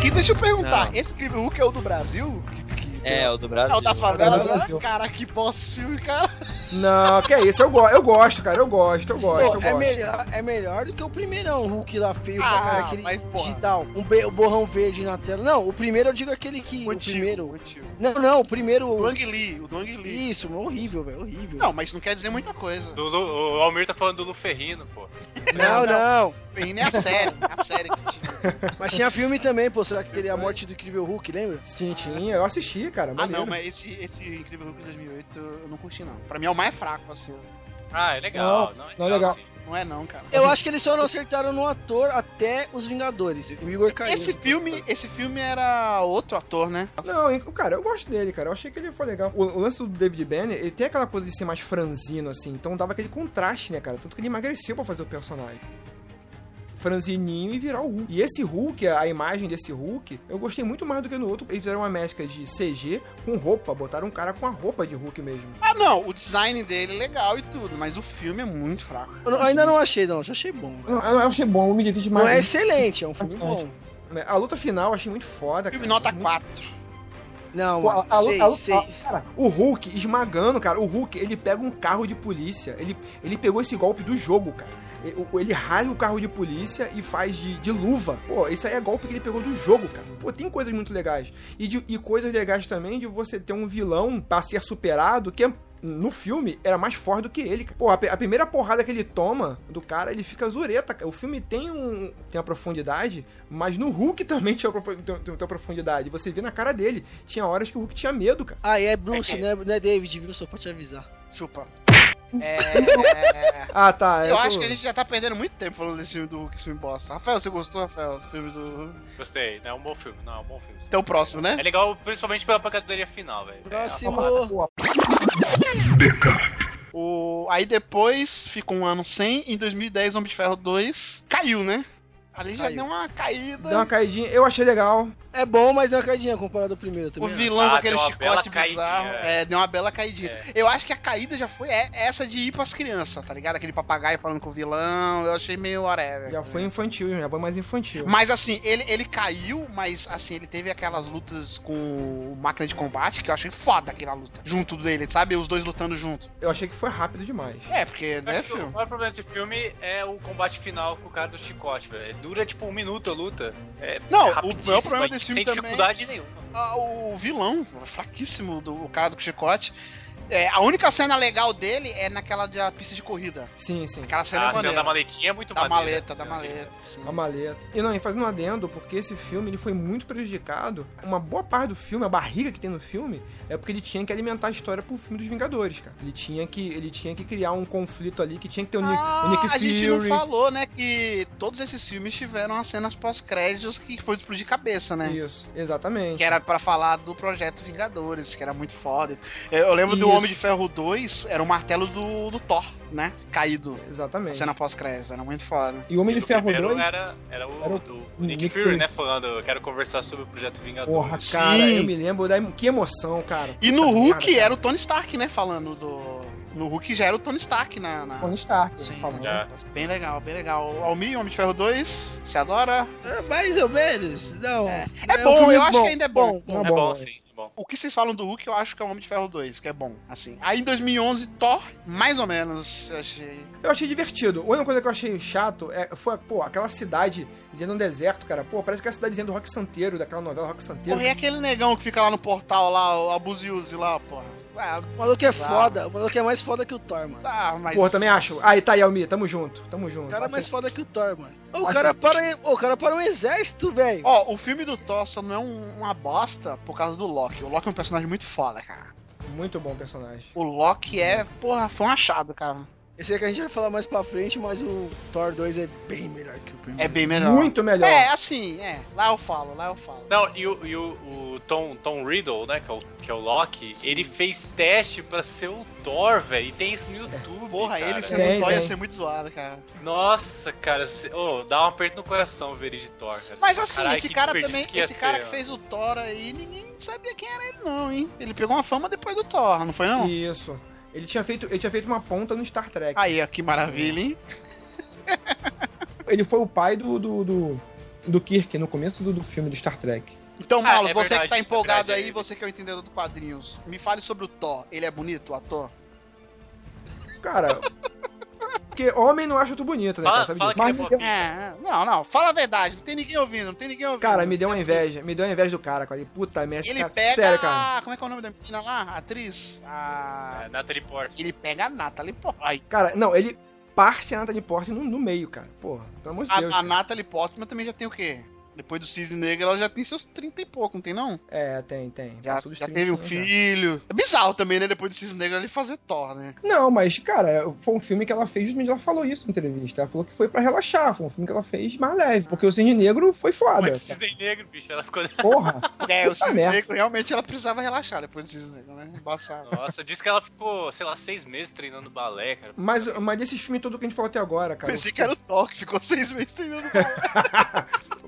Que deixa eu perguntar, Não. esse filme Hulk é o do Brasil? Que, que- É, o do Brasil. é o da favela? É o do Brasil. Cara, que boss filme, cara. Não, que é isso, eu, go eu gosto, cara, eu gosto, eu gosto, Pô, eu é, gosto. melhor, é melhor do que o primeirão, o Hulk lá feio, pra Ah, cara, aquele mas, porra. digital, um be- o borrão verde na tela. Não, o primeiro eu digo aquele que. O primeiro. Antigo. Não, não, o primeiro. O Ang Lee, o do Ang Lee. Isso, horrível, velho, horrível. Não, mas isso não quer dizer muita coisa. Do Lu- o Almir tá falando do Luferrino, pô. não, não. Pain é a série, é a série que tinha. Mas tinha filme também, pô. Será que aquele A Morte do Incrível Hulk, lembra? Tinha, tinha, eu assisti, cara. Ah, não, maneiro. mas esse, esse Incrível Hulk de 2008 eu não curti, não. Pra mim é o mais fraco, assim. Ah, é legal. Não, assim, não é legal. sim. Não é, não, cara. Eu acho que eles só não acertaram no ator até Os Vingadores. O Igor caiu. Esse filme, esse filme era outro ator, né? Não, e- cara, eu gosto dele, cara. Eu achei que ele foi legal. O, o lance do David Banner, ele tem aquela coisa de ser mais franzino, assim. Então dava aquele contraste, né, cara? Tanto que ele emagreceu pra fazer o personagem. Franzininho e virar o Hulk. E esse Hulk, a imagem desse Hulk, eu gostei muito mais do que no outro. Eles fizeram uma mescla de CG com roupa. Botaram um cara com a roupa de Hulk mesmo. Ah, não, o design dele é legal e tudo, mas o filme é muito fraco. Eu não- ainda não achei, não. Já achei bom. velho. Eu, eu achei bom, eu me divirto Não é demais. excelente, é um filme bom. é, A luta final eu achei muito foda, cara. Filme nota Muito 4. Não, Pô, a- mano. a- a- a- Seis, seis. cara, O Hulk esmagando, cara. O Hulk, ele pega um carro de polícia. Ele, ele pegou esse golpe do jogo, cara. E- o- Ele rasga o carro de polícia e faz de, de luva. Pô, isso aí é golpe que ele pegou do jogo, cara. Pô, tem coisas muito legais. E, de- e coisas legais também de você ter um vilão pra ser superado que é- No filme era mais forte do que ele. cara. Pô, a, pe- a primeira porrada que ele toma do cara, ele fica zureta. cara. O filme tem um tem uma profundidade, mas no Hulk também (laughs) tinha, uma profu- tem, tem uma profundidade. Você vê na cara dele. Tinha horas que o Hulk tinha medo, cara. Ah, e é Bruce, né? Não é David, viu? Só pra te avisar. Chupa. É, Ah, tá. eu tô- acho que a gente já tá perdendo muito tempo falando desse filme do Hulk, esse filme bosta. Rafael, você gostou, Rafael, do filme do Hulk? Gostei. Não, é um bom filme. Não, é um bom filme. sim. Até o próximo, né? É legal, principalmente pela pancadaria final, É, velho. É, Próximo. O... Aí depois ficou um ano sem, em 2010 Homem de Ferro 2 caiu, né? Ali já deu uma caída. Deu uma caidinha, eu achei legal. É bom, mas deu uma caidinha comparado ao primeiro O também. acho. vilão Ah, daquele deu uma bela chicote bizarro. caidinha. É, deu uma bela caidinha. É. Eu acho que a caída já foi é- essa de ir pras crianças, tá ligado? Aquele papagaio falando com o vilão. Eu achei meio whatever. Já foi um- infantil, já foi mais infantil. Mas assim, ele, ele caiu, mas assim, ele teve aquelas lutas com máquina de combate que eu achei foda aquela luta. Junto dele, sabe? Os dois lutando junto. Eu achei que foi rápido demais. É, porque, Só que né, O filho? maior problema desse filme é o combate final com o cara do chicote, velho. Dura tipo um minuto a luta. É, Não, é o rapidíssimo, maior problema desse sem filme também- é dificuldade nenhuma. Ah, O vilão, fraquíssimo, do o cara do chicote. É, a única cena legal dele é naquela da pista de corrida. Sim, sim. Aquela A cena cena da maneira. maletinha é muito Da maneira. maleta, da Cena maneira. maleta, sim. A maleta. E não, e fazendo um adendo, porque esse filme ele foi muito prejudicado. Uma boa parte do filme, a barriga que tem no filme, é porque ele tinha que alimentar a história pro filme dos Vingadores, cara. Ele tinha que, ele tinha que criar um conflito ali que tinha que ter o Nick, o Nick Ah, a gente não Fury. falou, né, que todos esses filmes tiveram as cenas pós-créditos que foi de explodir cabeça, né? Isso, exatamente. Que era pra falar do projeto Vingadores, que era muito foda. É, Eu eu lembro do Isso. Homem de Ferro 2, era o martelo do, do Thor, né? Caído. A Exatamente. cena pós-crédito, era muito foda. E o Homem de E no Ferro primeiro 2? Era, era o, era o- do o Nick, Nick Fury, Fury. né? Falando, eu quero conversar sobre o Projeto Vingador. Porra, cara, Sim. eu me lembro da que emoção, Tá cara. E no Puta Hulk merda, era o Tony Stark, né? Falando do. No Hulk já era o Tony Stark na. na- Tony Stark, Sim, né? É. falando. já. Bem legal, bem legal. Almi, Homem de Ferro 2, se adora. É, mais ou menos. Não. É. Não É bom, um filme eu acho que ainda é bom. Não é bom, sim. é bom. O que vocês falam do Hulk, eu acho que é o Homem de Ferro 2, que é bom, assim. Aí em 2011, Thor, mais ou menos, eu achei. Eu achei divertido. A única coisa que eu achei chato é, foi, pô, aquela cidadezinha no deserto, cara. Pô, parece que é a cidadezinha do Rock Santeiro, daquela novela Rock Santeiro. Porra, e aquele negão que fica lá no portal, lá, o Abuziuse lá, porra. Ah, O maluco é foda. O maluco é mais foda que o Thor, mano. tá, mas. Porra, também acho. Aí tá, Yalmi, tamo junto, tamo junto. O cara é mais foda que o Thor, mano. Ô, O cara Acho- para, ô, o cara para um exército, velho. Ó, o filme do Thor só não é um- uma bosta por causa do Loki. O Loki é um personagem muito foda, cara. Muito bom personagem. O Loki é, porra, foi um achado, cara. Eu sei que a gente vai falar mais pra frente, mas o Thor 2 é bem melhor que o primeiro. É bem melhor. Muito melhor. É, assim, é. Lá eu falo, lá eu falo. Não, e o, e o- o Tom, Tom Riddle, né? Que é o, que é o Loki, ele fez teste pra ser o Thor, velho. E tem isso no YouTube. Porra, cara. ele sendo Tem, Thor ia tem. ser muito zoado, cara. Nossa, cara, cê- ô, dá um aperto no coração ver ele de Thor, cara. Mas assim, Caralho, esse que cara divertido também, que ia esse cara ser, que ó. fez o Thor aí, ninguém sabia quem era ele não, hein? Ele pegou uma fama depois do Thor, não foi não? Ah, Isso. Ele tinha, feito, ele tinha feito uma ponta no Star Trek. Aí, ó, que maravilha, hein? Ele foi o pai do, do, do, do Kirk no começo do, do filme do Star Trek. Então, Ah, Marlos, é você que verdade, tá é empolgado verdade, aí, é. você que é o entendedor do quadrinhos, me fale sobre o Thor. Ele é bonito, o ator? (laughs) Cara. Porque homem não acha outro bonito, né? cara, Fala, sabe fala disso? que ele é Mas bom. então- É, não, não, fala a verdade, não tem ninguém ouvindo, não tem ninguém ouvindo. Cara, me deu uma inveja. Me deu uma inveja do cara, cara. E Puta merda, esse Ele cara. pega. Sério, cara. Como é que é o nome da menina lá? A Atriz? É, A. Natalie Portman. Ele pega a Natalie Portman. Ai, Cara, não, ele parte a Natalie Portman no, no meio, cara. Porra, pelo amor de A, Deus. a cara. Natalie Portman também já tem o quê? Depois do Cisne Negro, ela já tem seus 30 e pouco, não tem não? É, tem, tem. Já, Passou dos já 30 teve um anos, filho. É bizarro também, né? Depois do Cisne Negro, ele fazer Thor, né? Não, mas, cara, é, foi um filme que ela fez, justamente ela falou isso na entrevista. Ela falou que foi pra relaxar, foi um filme que ela fez mais leve, porque o Cisne Negro foi foda. Mas Cisne Negro, bicho, ela ficou. (laughs) Porra! (laughs) É, Tá o Cisne merda. Negro, realmente, ela precisava relaxar depois do Cisne Negro, né? Embaçado. Nossa, diz que ela ficou, sei lá, seis meses treinando balé, cara. Mas, mas desses filmes todo que a gente falou até agora, cara. Pensei que era o Thor, que ficou seis meses treinando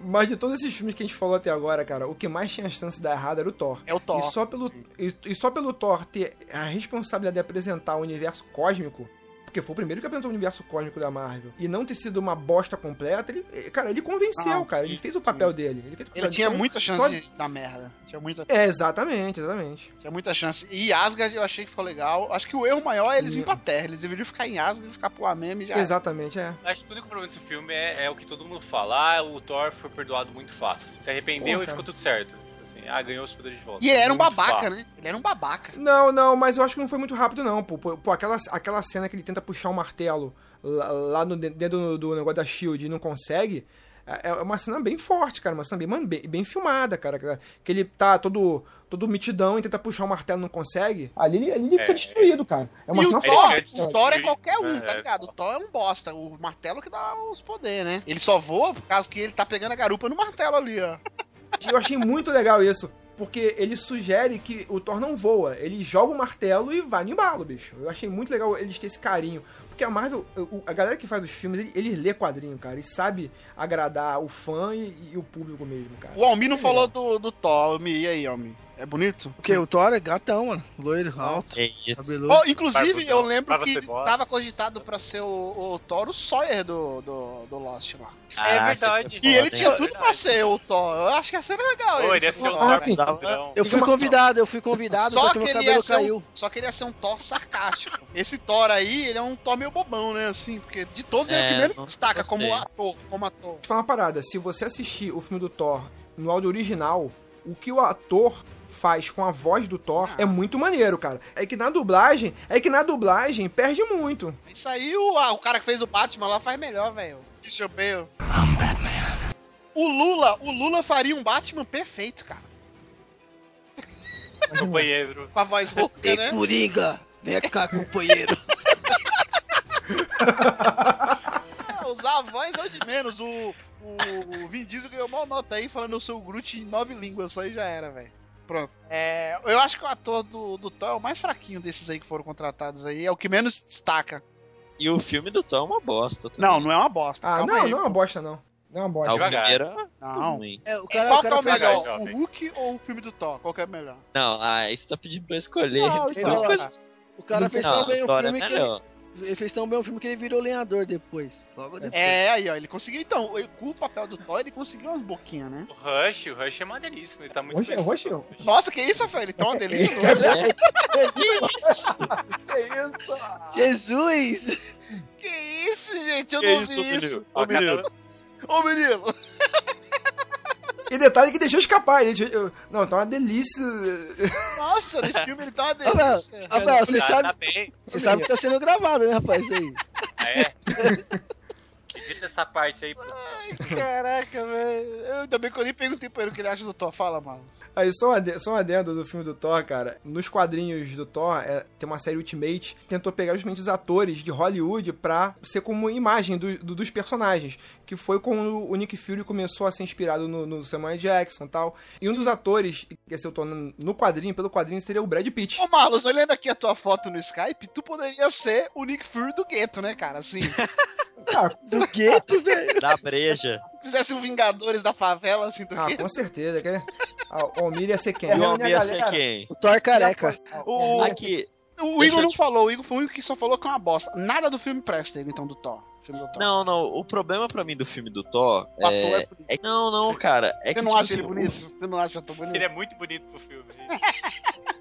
Mas de todos esses filmes que a gente falou até agora, cara, o que mais tinha chance de dar errado era o Thor. É o Thor. E só pelo, e, e só pelo Thor ter a responsabilidade de apresentar o universo cósmico, porque foi o primeiro que apresentou o universo cósmico da Marvel, e não ter sido uma bosta completa, ele, eh, cara, ele convenceu, Ah, cara. sim, ele fez o papel dele. Ele, fez o papel Ele dele. tinha Então, muita chance só- de dar merda. Tinha muita, É, exatamente, exatamente. tinha muita chance. E Asgard eu achei que ficou legal. Acho que o erro maior é eles virem pra terra. Eles deveriam ficar em Asgard, ficar pro Ameme e já. Exatamente, é. Acho que o único problema desse filme é, é o que todo mundo fala. Ah, o Thor foi perdoado muito fácil. Se arrependeu Porra, e ficou tudo certo. Assim, ah, ganhou os poderes de volta. E ele era um Muito babaca, fácil. né? Ele era um babaca. Não, não, mas eu acho que não foi muito rápido, não. Pô, pô, Pô, aquela, aquela cena que ele tenta puxar o martelo lá, lá no, dentro do, do negócio da Shield e não consegue. É é uma cena bem forte, cara. Uma cena bem, mano, bem, bem filmada, cara. que- Que ele tá todo, todo mitidão e tenta puxar o martelo e não consegue. Ali, ele- ali ele fica É. destruído, cara. É uma e cena o é Thor, forte, diferente. o cara. Thor é qualquer um, É, tá é. ligado? O Thor é um bosta. O martelo que dá os poderes, né? Ele só voa por causa que ele tá pegando a garupa no martelo ali, ó. Eu achei muito legal isso. Porque ele sugere que o Thor não voa. Ele joga o martelo e vai no embalo, bicho. Eu achei muito legal eles terem esse carinho. Porque a Marvel, o- a galera que faz os filmes, ele- eles lê quadrinho, cara, e sabe agradar o fã e, e o público mesmo, cara. O (laughs) Almi É. não falou do, do Thor, Almi. E aí, Almi? É bonito? Porque o Thor é gatão, mano. Loiro, alto, É isso. cabeludo. Ó, inclusive, Barbudão. eu lembro Barba que cebola. tava cogitado pra ser o, o Thor o Sawyer do, do, do Lost lá. Caraca, isso verdade. é foda, É E ele hein? tinha tudo pra ser o Thor. Eu acho que ia ser legal. Pô, ele ele ia ser ser um o Thor. Thor assim, padrão. Eu fui convidado, eu fui convidado, só, que meu ele ia cabelo ser um- caiu. só que ele ia ser um Thor sarcástico. Esse Thor aí, ele é um Thor meio bobão, né? Assim, porque de todos ele é o que É, menos não- destaca gostei. como ator, como ator. Te falar uma parada, se você assistir o filme do Thor no áudio original, o que o ator faz com a voz do Thor é muito maneiro, cara. É que na dublagem, é que na dublagem perde muito. Isso aí o, ah, o cara que fez o Batman lá faz melhor, velho. Christian Bale. O Lula, o Lula faria um Batman perfeito, cara. No banheiro. Com a voz rouca, Ei, né? Coringa! Vem cá, companheiro. É, usar a voz é o de menos. O, o, o Vin Diesel ganhou mal nota aí falando eu sou o Groot em nove línguas, só aí já era, velho. Pronto. É, eu acho que o ator do, do Thor é o mais fraquinho desses aí que foram contratados aí. É o que menos destaca. E o filme do Tom é uma bosta. também. Não, não é uma bosta. Ah, calma não, aí. não é uma bosta, não. Não é uma bosta. Ah, o Devagar. primeiro é muito Não. ruim. É, o cara, Qual o que é cara o faz- melhor? melhor? O Hulk ou o filme do Thor? Qual que é o melhor? Não, ah, isso tá pedindo pra eu escolher. Não, Duas então, coisas- o cara fez Não, tão um bem o Thor é filme que melhor. ele, ele fez tão bem o filme que ele virou lenhador depois. Logo depois. É, aí, ó, ele conseguiu. Então, ele- com o papel do Thor, ele conseguiu umas boquinhas, né? O Rush, o Rush é maneiríssimo, ele tá muito Hoje, bem. hoje, Nossa, que isso, Rafael? Ele tá uma delícia. não é? É, que isso? (laughs) Jesus! Que isso, gente? Eu Que não isso, vi menino? isso. Ó, cada- Ô, menino. E detalhe que deixou escapar, ele deixou... Não, tá uma delícia. Nossa, nesse filme ele tá uma Rafael, delícia. Rafael, você Tá- sabe, Tá bem. você sabe que tá sendo gravado, né, rapaz? Isso aí. Ah, é? Edita essa parte aí. Ai, caraca, velho. Eu- Ainda bem que eu nem perguntei pra ele o que ele acha do Thor. Fala, mano. Aí, só um, adendo, só um adendo do filme do Thor, cara. Nos quadrinhos do Thor, é, tem uma série Ultimate que tentou pegar justamente os atores de Hollywood pra ser como imagem do- do- dos personagens. Que foi quando o Nick Fury começou a ser inspirado no, no Samuel Jackson e tal. E um dos atores que ia ser o Thor no no quadrinho, pelo quadrinho, seria o Brad Pitt. Ô, Marlos, olhando aqui a tua foto no Skype, tu poderia ser o Nick Fury do gueto, né, cara? Assim, se Ah, Do quê? da É, (laughs) breja. fizesse um Vingadores da favela, assim, do Ah, gueto. com certeza. Que... Ah, o Almir ia ser É, quem? E o reunião homem da ia ser galera. quem? O Thor careca. O, Aqui. o deixa Igor eu não te- falou, o Igor foi o único que só falou que é uma bosta. Nada do filme presta, Igor, então, do Thor. Filme do Thor. Não, não. O problema pra mim do filme do Thor O ator é é. é- Não, não, cara. É Você que, não tipo acha ele assim, bonito? Você não acha o ator bonito? Ele é muito bonito (laughs) pro filme. gente.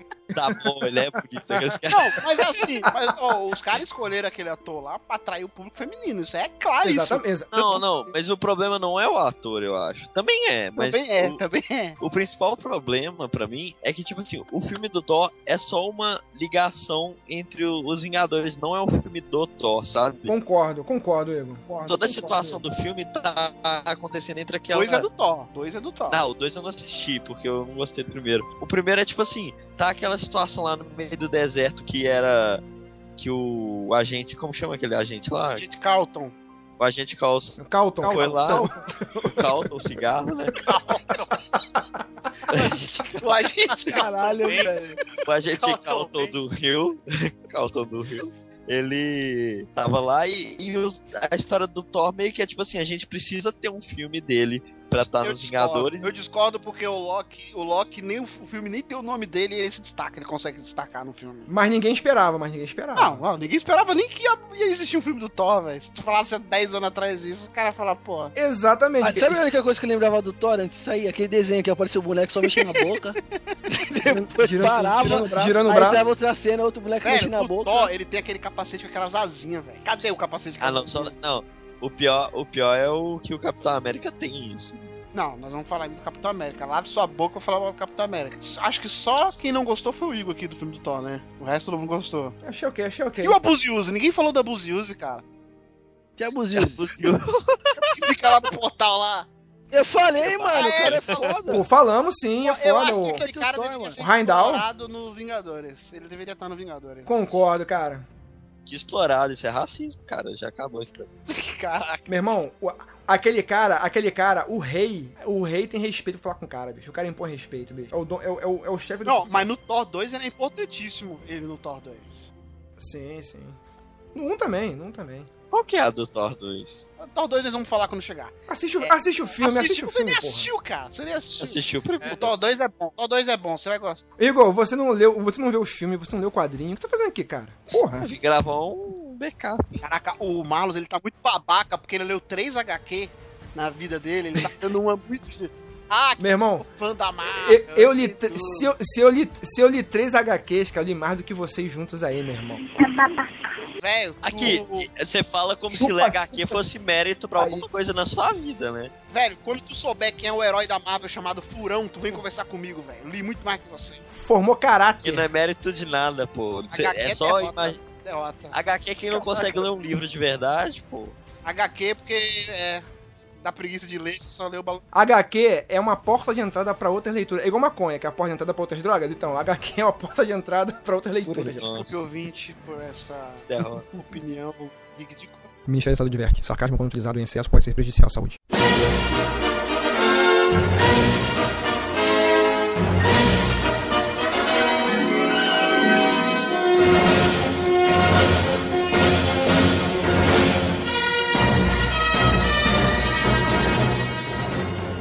o- Tá bom, ele é bonito. é que (laughs) esse cara- Não, mas assim, mas, ó, os caras escolheram aquele ator lá pra atrair o público feminino. Isso é claro, Exatamente. exa- Não, não, mas o problema não é o ator, eu acho. Também é, isso. mas. Também é, o- também é. O principal problema pra mim é que, tipo assim, o filme do Thor é só uma ligação entre o- os Vingadores, não é um filme do Thor, sabe? Concordo, concordo, Igor. Toda a situação do filme tá acontecendo entre aquela. Dois é do Thor, dois é do Thor. Não, o dois eu não assisti, porque eu não gostei do primeiro. O primeiro é tipo assim, tá aquela situação lá no meio do deserto que era. Que o agente. Como chama aquele agente lá? Gente, Carlton. O agente Carlson Calton. foi lá. O Carlton, o cigarro, né? (laughs) O agente Caralho, Tá Bem- velho. O agente Carlton Carlton Wentz. do Rio. (laughs) Carlton do Rio. Ele tava lá e, e o- a história do Thor meio que é tipo assim: a gente precisa ter um filme dele pra estar Eu Tá, nos discordo, Vingadores. Eu discordo porque o Loki, o Loki nem o, o filme nem tem o nome dele e ele se destaca, ele consegue destacar no filme. Mas ninguém esperava, mas ninguém esperava. Não, não, ninguém esperava nem que ia, ia existir um filme do Thor, velho. Se tu falasse há 10 anos atrás isso, os caras falar, pô. Exatamente. Ah, sabe a única coisa que eu lembrava do Thor antes de sair? Aquele desenho que apareceu o boneco só mexendo (laughs) na boca. Depois Girando- parava, girando o braço. Girando o aí braço. tava outra cena, outro boneco Velho, mexendo na o boca. Thor, ele tem aquele capacete com aquelas asinhas, velho. Cadê o capacete com Ah, não, as só. asinhas? Não. O pior, o pior é o que o Capitão América tem isso. Não, nós vamos falar ainda do Capitão América. Lave sua boca eu falar mal do Capitão América. Acho que só quem não gostou foi o Igor aqui do filme do Thor, né? O resto todo mundo gostou. Achei ok, achei ok. E o Abuse Use? Ninguém falou do Abuse Use, cara. Que abusivo. Que fica lá no portal lá. Eu falei, mano, o é, cara é ele falou. foda. Pô, falamos sim, é Eu foda. acho ô. que aquele cara Thor, deveria mano. ser O Heimdall? explorado no Vingadores. Ele deveria estar no (laughs) Vingadores. Concordo, cara. (laughs) Que explorado, isso é racismo, cara. Já acabou isso. daí. Caraca. Meu irmão, o- aquele cara, aquele cara, o rei, o rei tem respeito pra falar com o cara, bicho. O cara impõe respeito, bicho. É o, don- é o, é o, é o chefe do. Não, mas no Thor 2 ele é importantíssimo, ele no Thor 2. Sim, sim. No 1 também, no 1 também. Qual que é a do Thor 2? O Thor 2 nós vamos falar quando chegar. Assiste o, assiste o filme, assiste, o você filme, nem porra. assistiu, cara. Você nem assistiu. Assistiu o primeiro. O Thor 2 é bom. O Thor 2 é bom, você vai gostar. Igor, você não leu, você não vê o filme, você não leu o quadrinho. O que tá fazendo aqui, cara? Porra. Eu vim gravar um backup. Caraca, o Malus, ele tá muito babaca porque ele leu 3 HQ na vida dele. (laughs) Ele tá dando uma muito... Ah, que Meu irmão, sou fã da Marvel. Eu, eu li, sei tre- tudo. se, eu, se, eu li, se eu li três HQs, cara, eu li mais do que vocês juntos aí, meu irmão. Velho, tu- Aqui, você fala como se Chupa, ler HQ fosse mérito pra alguma coisa na sua vida, né? Velho, quando tu souber quem é o herói da Marvel chamado Furão, tu vem conversar comigo, velho. Eu Li muito mais que você. Formou Que caráter. não é mérito de nada, pô. Cê- HQ é só derrota. imagina. Derrota. HQ é quem não consegue ler um livro de verdade, pô. HQ, porque é. Dá preguiça de ler, você só lê o balão. HQ é uma porta de entrada pra outras leituras. É igual maconha, que é a porta de entrada pra outras drogas. Então, HQ é uma porta de entrada pra outras Uhum. leituras. Desculpe, ouvinte, por essa Derrota. opinião ridícula. Ministério da Saúde diverte. Sarcasmo quando utilizado em excesso pode ser prejudicial à saúde.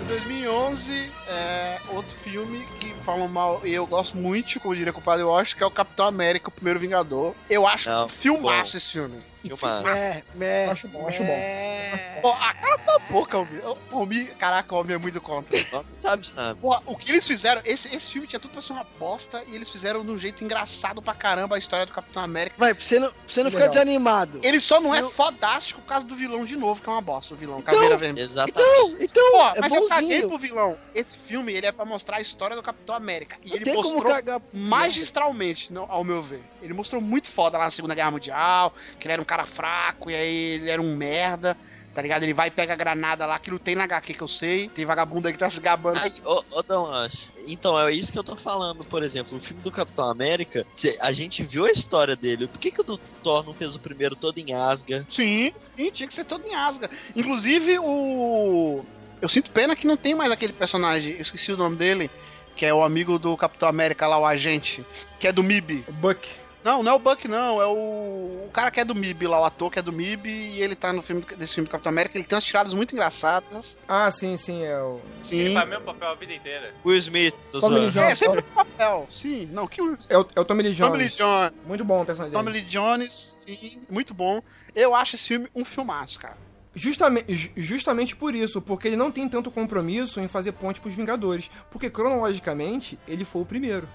Em 2011, é outro filme que falam mal e eu gosto muito, como diria o compadre Washington, que é o Capitão América, o Primeiro Vingador. Eu acho Não, filmaço bom. esse filme. Filmar. É, é. Acho bom, acho bom. é. Ó, a cara da boca, homem. Ô, homem. Caraca, o homem é muito contra. Não sabe de nada. Porra, o que eles fizeram, esse, esse filme tinha tudo pra ser uma bosta e eles fizeram de um jeito engraçado pra caramba a história do Capitão América. Vai, pra você não, pra você não ficar Legal. desanimado. Ele só não é fodástico por causa do vilão de novo, que é uma bosta, o vilão, Caveira Vermelha. Exatamente. Então, então, Pô, é mas eu caguei bonzinho. pro vilão. Esse filme, ele é pra mostrar a história do Capitão América. E Não ele tem como mostrou cagar. magistralmente, não, ao meu ver. Ele mostrou muito foda lá na Segunda Guerra Mundial, que ele era um cara fraco, e aí ele era um merda, tá ligado? Ele vai e pega a granada lá, aquilo tem na HQ que eu sei, tem vagabundo aí que tá se Ah, gabando. Ai, ô, ô Dom Rocha, então é isso que eu tô falando, por exemplo, o filme do Capitão América, cê- a gente viu a história dele. Por que, que o do Thor não fez o primeiro todo em asga? Sim, sim, tinha que ser todo em asga. Inclusive, o... Eu sinto pena que não tem mais aquele personagem, eu esqueci o nome dele, que é o amigo do Capitão América lá, o agente, que é do MIB. Buck. Não, não é o Buck, não. É o, o cara que é do MIB lá, o ator que é do MIB, e ele tá no filme do- desse filme do Capitão América. Ele tem umas tiradas muito engraçadas. Ah, sim, sim, é o... Ele Sim. faz o mesmo papel a vida inteira. Will Smith, tô Tommy Lee zoando. É, Jones, sempre no papel. Sim, não, que o. É o, é o Tommy Lee Jones. Tommy Lee Jones. Muito bom o personagem dele. Tommy Lee Jones, sim, muito bom. Eu acho esse filme um filmaço, cara. Justamente, ju- justamente por isso, porque ele não tem tanto compromisso em fazer ponte pros Vingadores. Porque cronologicamente, ele foi o primeiro.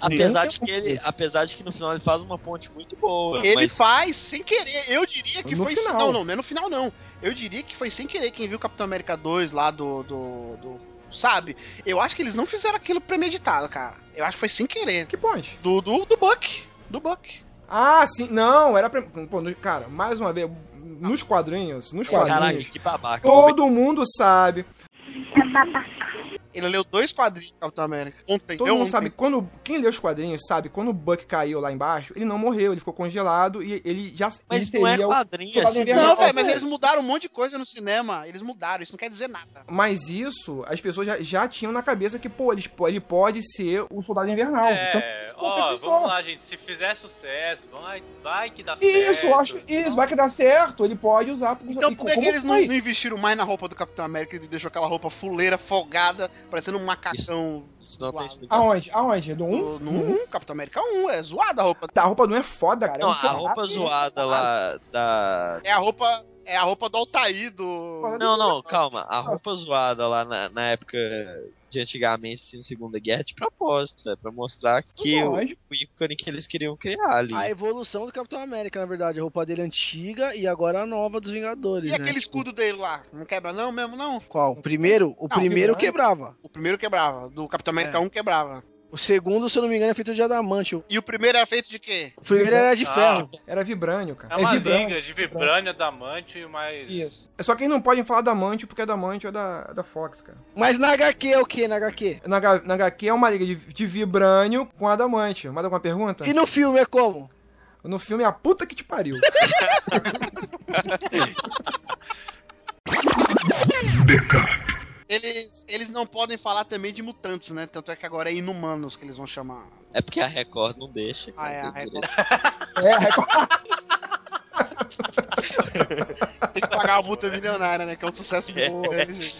Apesar de que ele, apesar de que no final ele faz uma ponte muito boa. Ele mas faz sem querer. Eu diria que No foi. final. Não, não, não é no final, não. Eu diria que foi sem querer quem viu Capitão América 2 lá do. do, do- sabe? Eu acho que eles não fizeram aquilo premeditado, cara. Eu acho que foi sem querer. Que ponte? Do, do, do Buck. Do Buck. Ah, sim. Não, era pra... Pô, no- cara, mais uma vez, nos quadrinhos, nos Caralho, quadrinhos, que babaca. todo mundo sabe, Ele leu dois quadrinhos do Capitão América. Ontem, todo eu mundo ontem. sabe, quando... Quem lê os quadrinhos sabe, quando o Buck caiu lá embaixo, ele não morreu, ele ficou congelado e ele já... Mas Isso não é seria o- quadrinho, Não, assim, Não, é Não, velho, mas velho. eles mudaram um monte de coisa no cinema. Eles mudaram, isso não quer dizer nada. Mas isso, as pessoas já, já tinham na cabeça que, pô, eles- ele pode ser O Soldado Invernal. É, Então, ó, isso, vamos lá, gente. Se fizer sucesso, vai, vai que dá Isso, certo. eu acho. Isso, vai que dá certo. Ele pode usar. Então e por que, como que eles não, foi? não investiram mais na roupa do Capitão América e deixou aquela roupa fuleira, folgada, parecendo um macacão Isso não tem Uau. explicação. Aonde? Aonde? Do 1? no, no Uhum. Capitão América 1? É zoada a roupa. A roupa não é foda, cara. Cara, Não, é um a roupa soldado, zoada lá da. É a roupa. É a roupa do Altair, do. Não, não, calma. A roupa zoada lá na, na época de antigamente, assim, Segunda Guerra, é de propósito, é pra mostrar que o, Lógico. o ícone que eles queriam criar ali. A evolução do Capitão América, na verdade. A roupa dele é antiga e agora a nova dos Vingadores. E né? aquele escudo dele lá? Não quebra, não mesmo, não? Qual? O primeiro? O Não, primeiro o primeiro. quebrava. O primeiro quebrava. Do Capitão América É. 1 quebrava. O segundo, se eu não me engano, é feito de adamante. O E o primeiro era feito de quê? primeiro era de Ah. ferro. Era vibrânio, cara. É uma É vibrânio, liga de vibrânio, adamante e mais. Isso. É Só que eles não podem falar da Mante porque é da Mante ou da, da Fox, cara. Mas na HQ é o que na HQ? Na, H- na HQ é uma liga de, de vibrânio com adamante. Mais alguma pergunta? E no filme é como? No filme é a puta que te pariu. Eles, eles não podem falar também de mutantes, né? Tanto é que agora é inumanos que eles vão chamar. É porque a Record não deixa. Ah, é, a cara, Record. É, (laughs) Tem que pagar uma multa milionária, né? Que é um sucesso É. bom. grande.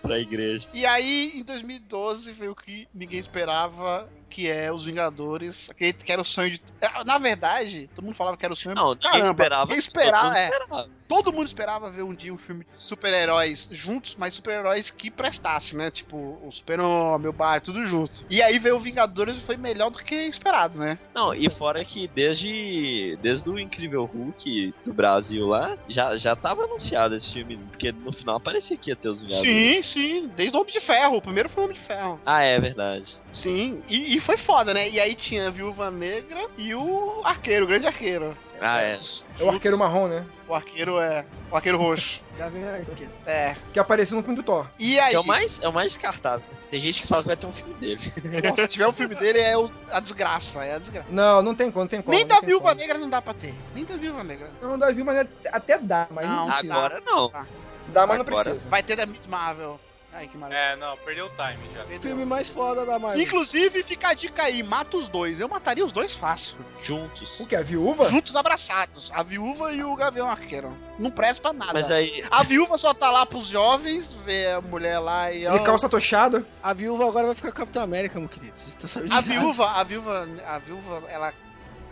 pra igreja. E aí, em 2012, veio o que ninguém esperava, que é Os Vingadores. Que que era o sonho de... é, Na verdade, todo mundo falava que era o sonho... Não, ninguém É, Caramba, esperava. ninguém esperava, todo mundo é. esperava. Todo mundo esperava ver um dia um filme de super-heróis juntos, mas super-heróis que prestasse, né? Tipo, o Super-Homem, o Batman, tudo junto. E aí veio o Vingadores e foi melhor do que esperado, né? Não, e fora que desde, desde o Incrível Hulk do Brasil lá, já, já tava anunciado esse filme, porque no final parecia que ia ter os Vingadores. Sim, sim. Desde o Homem de Ferro. O primeiro foi o Homem de Ferro. Ah, é verdade. Sim. E, e foi foda, né? E aí tinha a Viúva Negra e o Arqueiro, o Grande Arqueiro. Ah, é. É o arqueiro marrom, né? O Arqueiro é... O Arqueiro Roxo. Já vem aqui. É. Que apareceu no filme do Thor. E aí... Que é o mais, é o mais descartável. Tem gente que fala que vai ter um filme dele. Nossa, se tiver um filme dele, é o- a desgraça. É a desgraça. Não, não tem como, não tem como. Nem não da tem Viúva como. Negra não dá pra ter. Nem da Viúva Negra. Não, Davi, mas até- até dá, mas Não, não, dá. precisa. Agora não. Dá, mas não Agora. precisa. Vai ter da Miss Marvel. Ai, que maravilha. É, não, perdeu o time já. O filme mais foda da Marvel. Inclusive, fica a dica aí, mata os dois. Eu mataria os dois fácil. Juntos. O que? A viúva? Juntos abraçados. A viúva e o Gavião Arqueiro. Não presta pra nada. Mas aí, A viúva só tá lá pros jovens, vê a mulher lá e. ó. E calça tochada? A viúva agora vai ficar Capitão América, meu querido. Você tá sabendo A de nada. viúva, a viúva, a viúva, ela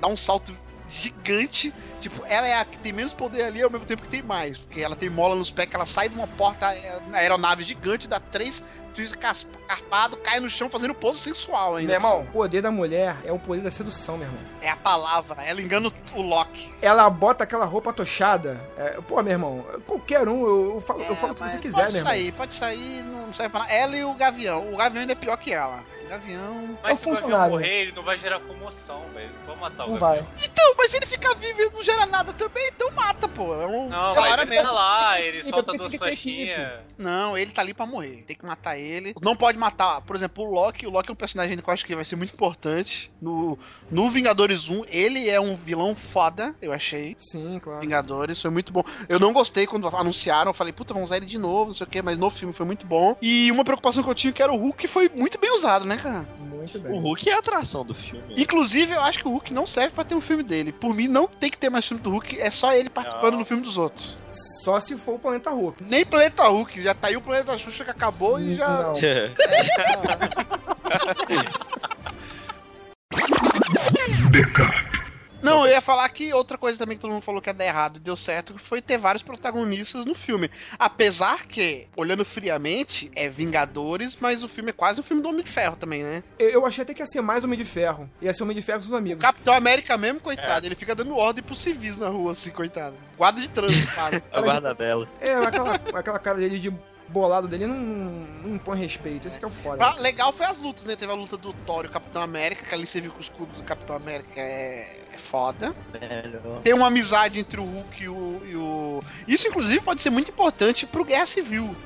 dá um salto gigante. Tipo, ela é a que tem menos poder ali ao mesmo tempo que tem mais. Porque ela tem mola nos pés, que ela sai de uma porta é, na aeronave gigante, dá três twists cas- carpado, cai no chão fazendo pose sensual ainda. Meu irmão, o poder da mulher é o poder da sedução, meu irmão. É a palavra, ela engana o- o Loki. Ela bota aquela roupa tochada. É, pô, meu irmão, qualquer um, eu, eu falo, eu falo o que É, mas você quiser, pode meu irmão. sair, pode sair, não serve pra nada. Ela e o Gavião. O Gavião ainda é pior que ela. O Gavião. Mas o se o Gavião funcionário. né? morrer, ele não vai gerar comoção, velho. Não vou matar o Não Gavião. vai. Então, mas se ele fica vivo e não gera nada também, então mata, pô. É um Não, sei lá, mas era ele mesmo. tá (laughs) lá, ele Equipe, solta tem duas que ter equipe. flechinhas. Não, ele tá ali pra morrer. Tem que matar ele. Não pode matar, por exemplo, o Loki. O Loki é um personagem que eu acho que vai ser muito importante. No, no Vingadores 1, ele é um vilão foda, eu achei. Sim, claro. Vingadores, foi muito bom. Eu não gostei quando anunciaram, eu falei, puta, vão usar ele de novo, não sei o que, mas no filme foi muito bom. E uma preocupação que eu tinha que era o Hulk, foi muito bem usado, né, cara? Muito o bem. Hulk é a atração do (laughs) filme. Inclusive, eu acho que o Hulk não serve pra ter um filme dele. Por mim, não tem que ter mais filme do Hulk, é só ele participando Não. no filme dos outros. Só se for o planeta Hulk. Nem Planeta Hulk, já tá aí o Planeta Xuxa que acabou e já. Não. É Não, eu ia falar que outra coisa também que todo mundo falou que ia dar errado e deu certo foi ter vários protagonistas no filme. Apesar que, olhando friamente, é Vingadores, mas o filme é quase um filme do Homem de Ferro também, né? Eu, eu achei até que ia ser mais Homem de Ferro. Ia ser Homem de Ferro com seus amigos. Capitão América mesmo, coitado, ele fica dando ordem pros civis na rua, assim, coitado. Guarda de trânsito, quase. A guarda-bela. É, aquela, (laughs) aquela cara dele de bolado dele não, não impõe respeito. Esse que é o foda. Ah, legal foi as lutas, né? Teve a luta do Thor e o Capitão América, que ali você viu que o escudo do Capitão América é, é foda. Tem uma amizade entre o Hulk e o, e o- Isso, inclusive, pode ser muito importante pro Guerra Civil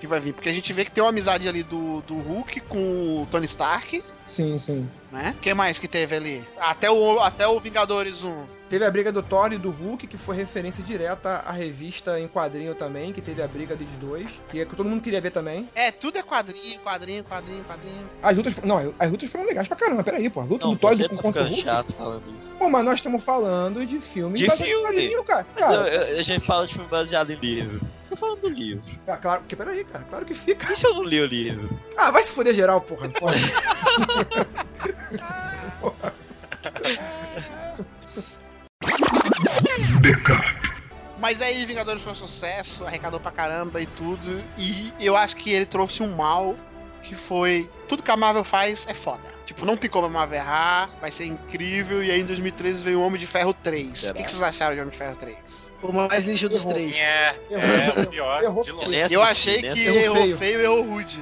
que vai vir, porque a gente vê que tem uma amizade ali do, do Hulk com o Tony Stark, Sim, sim. né? Quem mais que teve ali? Até o, até o Vingadores 1. Teve a briga do Thor e do Hulk, que foi referência direta à revista em quadrinho também, que teve a briga dos dois, que, é que todo mundo queria ver também. É, tudo é quadrinho, quadrinho, quadrinho, quadrinho. As lutas, não, as lutas foram legais pra caramba, peraí, pô. A luta Não, do Thor você tá contra o ficando Hulk. chato falando isso. Pô, mas nós estamos falando de filme De baseado em filme. quadrinho, cara. Mas eu, Cara, eu- a gente fala de filme baseado em livro. Tô falando do livro. Ah, claro, que peraí, cara, claro que fica. E se eu não li o livro? Ah, vai se foder geral, (laughs) porra. Mas aí Vingadores foi um sucesso, arrecadou pra caramba e tudo. E eu acho que ele trouxe um mal que foi. Tudo que a Marvel faz é foda. Tipo, não tem como a Marvel errar, vai ser incrível. E aí em 2013 veio o Homem de Ferro 3. O Será? que, que vocês acharam de Homem de Ferro 3? O mais lixo dos três. É, é o pior. Errou. De longe. Nessa- eu achei que nessa- errou errou feio. feio, errou rude.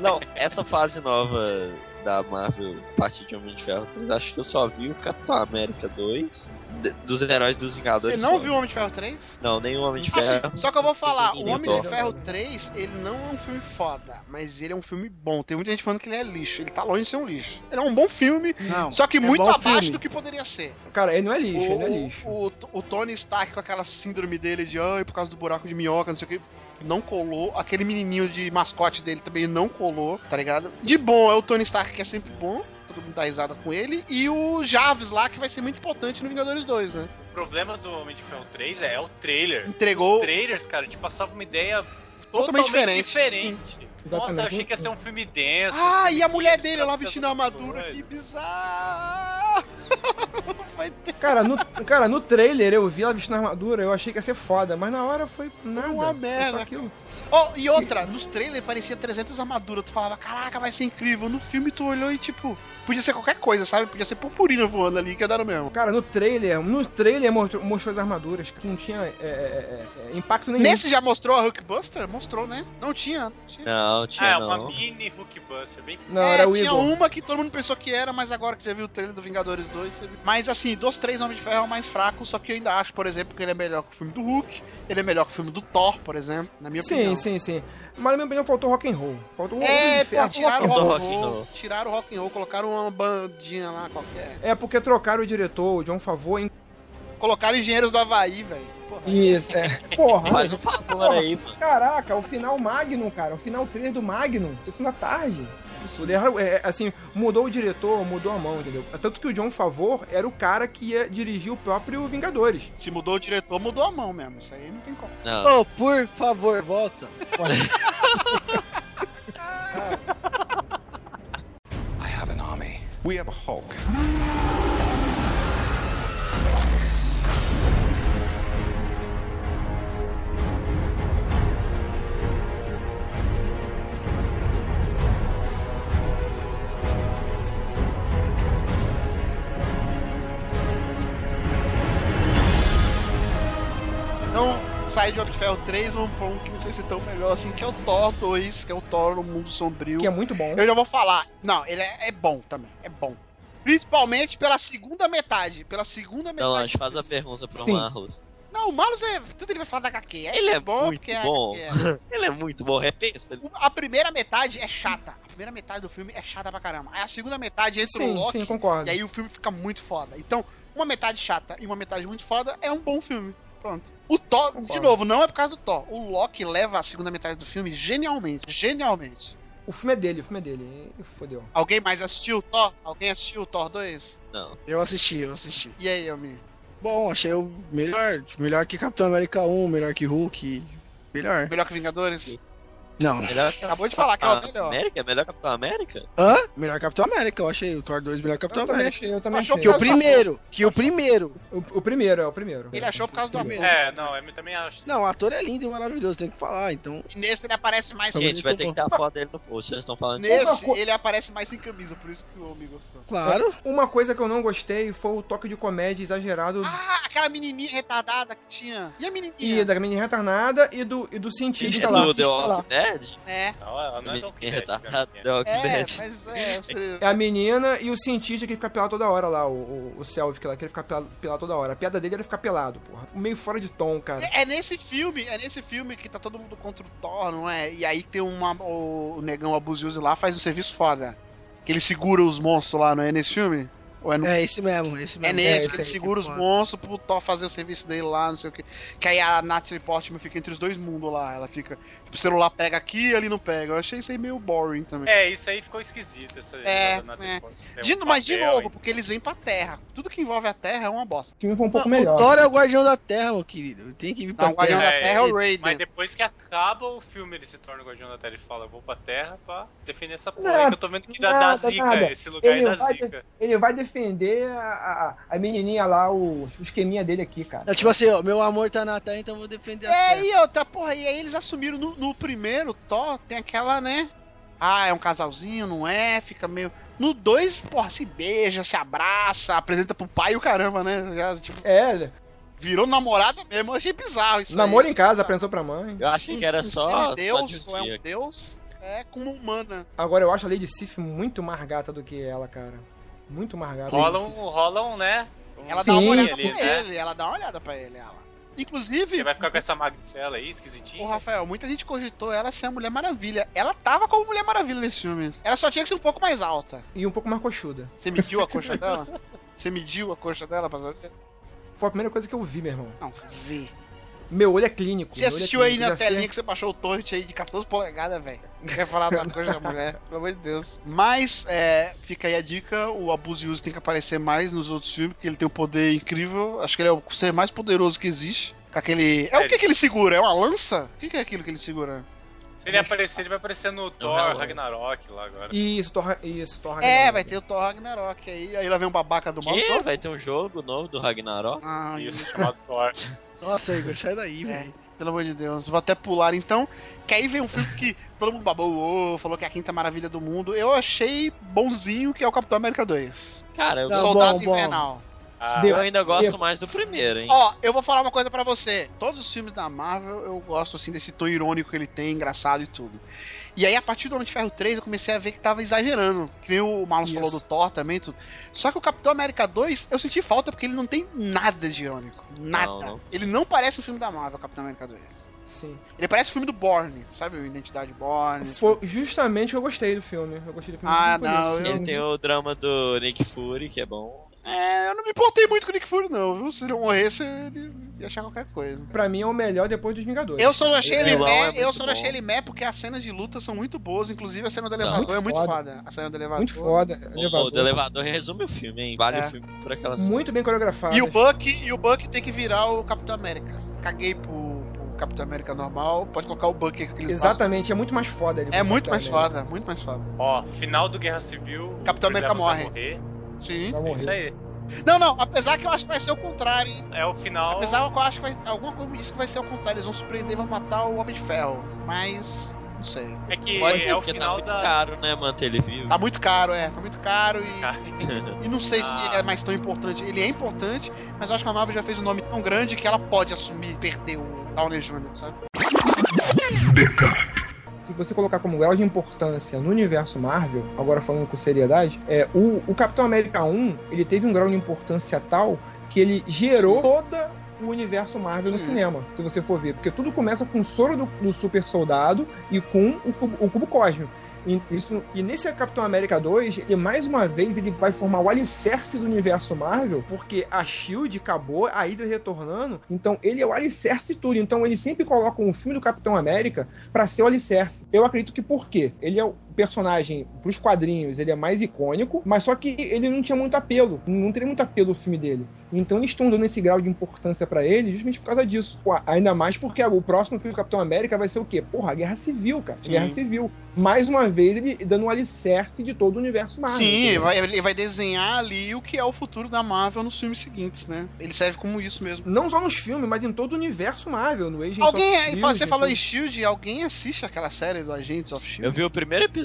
Não, essa fase nova da Marvel, a partir de Homem de Ferro 3, acho que eu só vi o Capitão América 2, de- dos heróis dos Você Vingadores. não só. viu o Homem de Ferro 3? Não, nem o Homem de Assim, Ferro. é só que eu vou falar, o Nem Homem de Thor. Ferro 3, ele não é um filme foda, mas ele é um filme bom. Tem muita gente falando que ele é lixo, ele tá longe de ser um lixo. Ele é um bom filme, Não. só que É muito bom abaixo filme. do (laughs) que poderia ser. Cara, ele não é lixo, ele não é lixo. O, o- o Tony Stark com aquela síndrome dele de ai, por causa do buraco de minhoca, não sei o que, não colou. Aquele menininho de mascote dele também não colou, tá ligado? De bom é o Tony Stark, que é sempre bom, todo mundo dá risada com ele, e o Jarvis lá, que vai ser muito importante no Vingadores 2, né? problema do Homem de Ferro 3 é, é o trailer. Entregou. Os trailers, cara, te passava uma ideia Totalmente diferente. totalmente, diferente. Nossa, eu achei que ia ser um filme denso. Ah, e a mulher Eles dele ficaram lá vestindo a fazendo armadura, coisa. que bizarro! Vai ter Cara no, cara, no trailer eu vi ela vestindo a armadura, eu achei que ia ser foda, mas na hora foi nada. uma merda, Foi só aquilo. Oh, e outra, nos trailers parecia 300 armaduras, tu falava, caraca, vai ser incrível. No filme tu olhou e tipo, podia ser qualquer coisa, sabe? Podia ser purpurina voando ali, que ia dar o mesmo. Cara, no trailer, no trailer mostrou, mostrou as armaduras, que não tinha é, é, é, é, impacto nenhum. Nesse já mostrou a Hulkbuster? Mostrou, né? Não tinha, não tinha. Não, tinha Ah, é uma não. mini Hulkbuster, bem Não, é, era o tinha Igor. uma que todo mundo pensou que era, mas agora que já viu o trailer do Vingadores 2. você viu. Mas assim, dos três Homem de Ferro é o mais fraco, só que eu ainda acho, por exemplo, que ele é melhor que o filme do Hulk, ele é melhor que o filme do Thor, por exemplo, na minha Sim, opinião. sim, sim. Mas na minha opinião faltou rock and roll. Faltou um É, Homem de pô, Ferro. (laughs) tiraram o Do rock rock and and roll, roll. tiraram o rock and roll, colocaram uma bandinha lá qualquer. É porque trocaram o diretor, o John Favreau, em... Colocaram engenheiros do Havaí, velho. Porra. Isso, é. Porra, Faz um favor aí, mano. caraca, o final Magnum, cara. O final 3 do Magnum. Isso na tarde. Erraram- é, assim, mudou o diretor, mudou a mão, entendeu? É Tanto que o John Favreau era o cara que ia dirigir o próprio Vingadores. Se mudou o diretor, mudou a mão mesmo. Isso aí não tem como. Não, Ô, por favor, volta. I have an army. We have a Hulk. Então, sai de Homem de Ferro 3, vamos pra um que não sei se é tão melhor assim, que é o Thor 2, que é o Thor no Mundo Sombrio. Que é muito bom. Eu já vou falar. Não, ele é, é bom também. É bom. Principalmente pela segunda metade. Pela segunda metade. não, a gente faz a pergunta pro Sim. Marlos. Não, o Malus é. Tudo ele vai falar da HQ. Ele é muito a bom. HQ (laughs) Ele é muito bom, repensa. é- A primeira metade é chata. A primeira metade do filme é chata pra caramba. Aí a segunda metade entra o Sim, Loki. sim, concordo. E aí o filme fica muito foda. Então, uma metade chata e uma metade muito foda é um bom filme. Pronto. O Thor, de novo, não é por causa do Thor. O Loki leva a segunda metade do filme genialmente. Genialmente. O filme é dele, o filme é dele. E Fodeu. Alguém mais assistiu o Thor? Alguém assistiu o Thor 2? Não. Eu assisti, eu assisti. E aí, Elmi? Bom, achei o melhor. Melhor que Capitão América 1, melhor que Hulk. Melhor. Melhor que Vingadores? Não. Melhor que Acabou de falar que é o Capitão melhor. América? Melhor que Capitão América? Hã? Melhor Capitão América, eu achei. O Thor 2 melhor Capitão Eu também América. achei, eu também Achou achei. Que o primeiro, que o primeiro. O, o primeiro, é o primeiro. Ele achou por causa do ator. É, não, eu também acho. Não, o ator é lindo e maravilhoso, tem que falar, então. E nesse ele aparece mais Então, Gente, vai ter que dar a foto dele no post. Vocês estão falando Nesse ele aparece mais sem camisa, por isso que o homem gostou. Claro. Uma coisa que eu não gostei foi o toque de comédia exagerado Ah, aquela menininha retardada que tinha. E a menininha? e da menina retarnada e do, e do de cientista lá. do The Walking Dead? É. Não, ela não é tão Ninguém criativa, retardado né? The Walking É, Dead. mas é, você... É a menina e o cientista que fica pelado toda hora lá, o, o, o Selvig, lá, que ele fica pelado, pelado toda hora. A piada dele era ficar pelado, porra. Meio fora de tom, cara. É é nesse filme, é nesse filme que tá todo mundo contra o Thor, não é? E aí tem uma. O, o negão abusioso lá faz um serviço foda. Que ele segura os monstros lá, não é nesse filme? Ou é no É esse mesmo, esse É mesmo. nesse que esse ele aí, tipo, é. segura os que monstros pro Thor fazer o serviço dele lá, não sei o que. Que aí a Natalie Portman fica entre os dois mundos lá. Ela fica. Tipo, o celular pega aqui e ali não pega. Eu achei isso aí meio boring também. É, isso aí ficou esquisito. Essa É, na- na- é. na- De- no mas de papel, novo, porque eles vêm pra terra. Tudo que envolve a terra é uma bosta. O time foi um pouco Não, melhor. O Thor é o guardião da terra, meu querido. Tem que vir pra Não, o Guardião É, da Terra é o e- Mas Raiden. depois que acaba o filme, ele se torna o Guardião da Terra e fala: Vou pra terra pra defender essa porra. Nada, aí que eu tô vendo que dá, dá nada, zica. nada. Esse lugar Ele é da vai, zica. ele vai defender a, a, a menininha lá, o, o esqueminha dele aqui, cara. É tipo assim, ó, meu amor tá na terra, então eu vou defender a É, terra. e outra, porra, e aí eles assumiram no, no primeiro Thor, tem aquela, né? Ah, é um casalzinho, não é? Fica meio. No dois, porra, se beija, se abraça, apresenta pro pai e o caramba, né? Já, tipo, É, virou namorada mesmo. Eu achei bizarro isso. aí. namoro em casa, apresentou pra mãe. Eu achei que era só, um só de Deus, um ou é um dia. Deus, é como humana. Agora eu acho a Lady Sif muito mais gata do que ela, cara. Muito mais gata. Rola Lady Sif. um, rola um, né? Ela Sim, dá uma olhada sim. pra É. ele, ela dá uma olhada pra ele, ela. Inclusive, Você vai ficar com essa magicela aí, esquisitinha. o Rafael, muita gente cogitou ela ser a Mulher Maravilha. Ela tava como Mulher Maravilha nesse filme. Ela só tinha que ser um pouco mais alta. E um pouco mais coxuda. Você mediu a coxa dela? Você mediu a coxa dela pra saber? Foi a primeira coisa que eu vi, meu irmão. Não, você vê. Meu olho é clínico. Você assistiu aí na telinha que você baixou o torrent aí de 14 polegadas, velho. Não quer falar da coisa da mulher, pelo amor de Deus. Mas, é, fica aí a dica: o Abuse Use tem que aparecer mais nos outros filmes, porque ele tem um poder incrível. Acho que ele é o ser mais poderoso que existe. Com aquele. É, o que, que ele segura? É uma lança? O que, que é aquilo que ele segura? Se ele aparecer, ele vai aparecer no Thor Ragnarok lá agora. Isso, Thor, isso, Thor É, vai ter o Thor Ragnarok aí. Aí lá vem um babaca do mal. Que? Vai ter um jogo novo do Ragnarok? Ah, Isso, chamado Thor. Nossa, Igor, sai É. daí, velho. Pelo amor de Deus, vou até pular então. Que aí vem um filme que todo mundo babou, falou que é a quinta maravilha do mundo. Eu achei bonzinho que é o Capitão América 2. Cara, eu, Tá Soldado bom, bom. Invernal. Ah, eu ainda gosto mais do primeiro, hein? Ó, eu vou falar uma coisa pra você. Todos os filmes da Marvel eu gosto assim desse tom irônico que ele tem, engraçado e tudo. E aí, a partir do Homem de Ferro 3, eu comecei a ver que tava exagerando. Que nem o Marlon falou do Thor também. e Tudo. Só que o Capitão América 2, eu senti falta porque ele não tem nada de irônico. Nada. Não, não. Ele não parece um filme da Marvel, Capitão América 2. Sim. Ele parece o filme do Bourne, sabe? O Identidade Bourne. Foi justamente o que eu gostei do filme. Eu gostei do filme Ah, justamente por não, isso. Ele tem o drama do Nick Fury, que é bom. É, eu não me importei muito com o Nick Fury, não, viu? Se ele morresse, ele ia achar qualquer coisa. Pra mim é o melhor depois dos Vingadores. Eu só não achei O ele vilão é meh, muito eu só não bom. achei ele meh porque as cenas de luta são muito boas, inclusive a cena do São. elevador é muito Muito foda. A cena do elevador. Muito foda. é elevador. O do elevador resume o filme, hein? Vale É. o filme por aquela cena. Muito bem coreografado. E o Buck, e o Buck tem que virar o Capitão América. Caguei pro, pro Capitão América normal, pode colocar o Buck aqui. Exatamente, é muito mais foda ele. É muito mais foda. foda, muito mais foda. Ó, final do Guerra Civil. o Capitão Chris América Evans morre. vai morrer. Sim. Vai É morrer. isso aí. Não, não, apesar que eu acho que vai ser o contrário, hein? É o final. Apesar que eu acho que vai, alguma coisa me diz que vai ser o contrário. Eles vão surpreender e vão matar o Homem de Ferro. Mas. Não sei. É que Pode ser, é o porque tá final muito da. caro, né, manter ele vivo. Tá muito caro, é. Tá muito caro e. Cara. E não sei se Ah. ele é mais tão importante. Ele é importante, mas eu acho que a Marvel já fez um nome tão grande que ela pode assumir perder o Downey Jr., sabe? Se você colocar como grau de importância no universo Marvel, agora falando com seriedade, é, o, o Capitão América 1, ele teve um grau de importância tal que ele gerou toda o universo Marvel no Sim. cinema, se você for ver. Porque tudo começa com o soro do, do super soldado e com o cubo, o cubo cósmico. E isso E nesse é Capitão América América 2, ele mais uma vez ele vai formar o alicerce do universo Marvel porque a Shield acabou, a Hydra retornando. Então ele é o alicerce de tudo. Então eles sempre colocam o filme do Capitão América pra ser o alicerce. Eu acredito que por quê? Ele é o personagem pros quadrinhos, ele é mais icônico, mas só que ele não tinha muito apelo, não teria muito apelo o filme dele. Então eles estão dando esse grau de importância pra ele justamente por causa disso. Pô, Ainda mais porque o próximo filme do Capitão América vai ser o quê? Porra, a Guerra Civil, cara. Sim. Guerra Civil. Mais uma vez ele dando um alicerce de todo o universo Marvel. Sim, ele entendeu? vai, ele vai desenhar ali o que é o futuro da Marvel nos filmes seguintes, né? Ele serve como isso mesmo. Não só nos filmes, mas em todo o universo Marvel, no Agents Alguém, of Shield, então. você em falou tudo. em Shield, alguém assiste aquela série do Agents of Shield? Eu vi o primeiro episódio.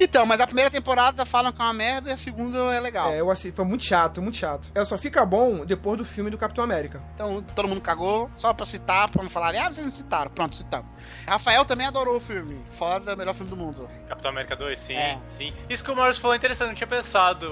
Então, mas a primeira temporada falam que é uma merda e a segunda é legal. É, eu achei, foi muito chato, muito chato. Ela só fica bom depois do filme do Capitão América. Então todo mundo cagou, só pra citar, pra não falarem, ah, vocês não citaram. Pronto, citamos. Rafael também adorou o filme. Foda, melhor filme do mundo. Capitão América 2, sim, É. sim. Isso que o Morris falou é interessante, eu não tinha pensado.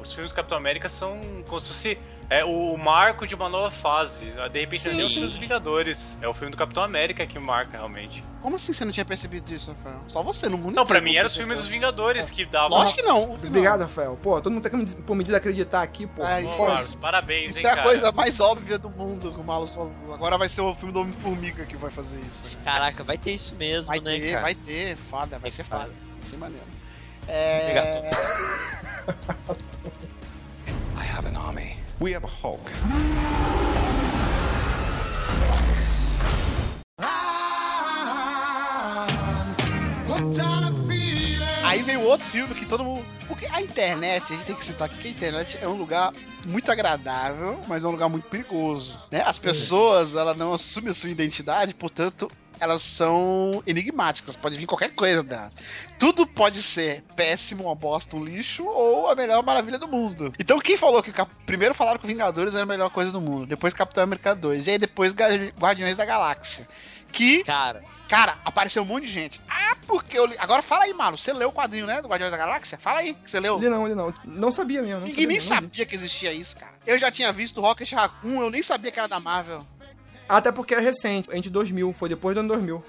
Os filmes do Capitão América são como se fosse é, o marco de uma nova fase. De repente, Sim, assim, é o sim. filme dos Vingadores. É o filme do Capitão América que marca realmente. Como assim você não tinha percebido disso, Rafael? Só você, no mundo Não, pra inteiro. mim era os filmes dos Vingadores que davam. Lógico que não. Obrigado, Rafael. Pô, todo mundo tá querendo pô, me desacreditar aqui, pô. Ai, Pô, foda. Morris, parabéns, é, Isso hein, é a cara. coisa mais óbvia do mundo que o Malo falou. Agora vai ser o filme do Homem-Formiga que vai fazer isso. Caraca, vai ter isso mesmo, Vai né, ter, cara? vai ter. Fada, Tem vai ser que falar. fada. Vai ser maneiro. É... I have an army. We have a Hulk. Aí veio outro filme que todo mundo... Porque a internet, a gente tem que citar aqui que a internet é um lugar muito agradável, mas é um lugar muito perigoso. Né? As pessoas, elas não assumem a sua identidade, portanto... Elas são enigmáticas, pode vir qualquer coisa dela. Tudo pode ser péssimo, uma bosta, um lixo ou a melhor maravilha do mundo. Então quem falou que o Cap- primeiro falaram que o Vingadores era a melhor coisa do mundo, depois Capitão América 2 e aí depois Guardi- Guardiões da Galáxia. Que, Cara, cara, apareceu um monte de gente. Ah, porque eu li... Agora fala aí, Malu, você leu o quadrinho, né, do Guardiões da Galáxia? Fala aí, que você leu. Ele não, ele não. Não sabia mesmo. Não Ninguém nem mesmo, não li. sabia que existia isso, cara. Eu já tinha visto Rocket Raccoon, eu nem sabia que era da Marvel. Até porque era recente, entre 2000, foi depois do ano 2000.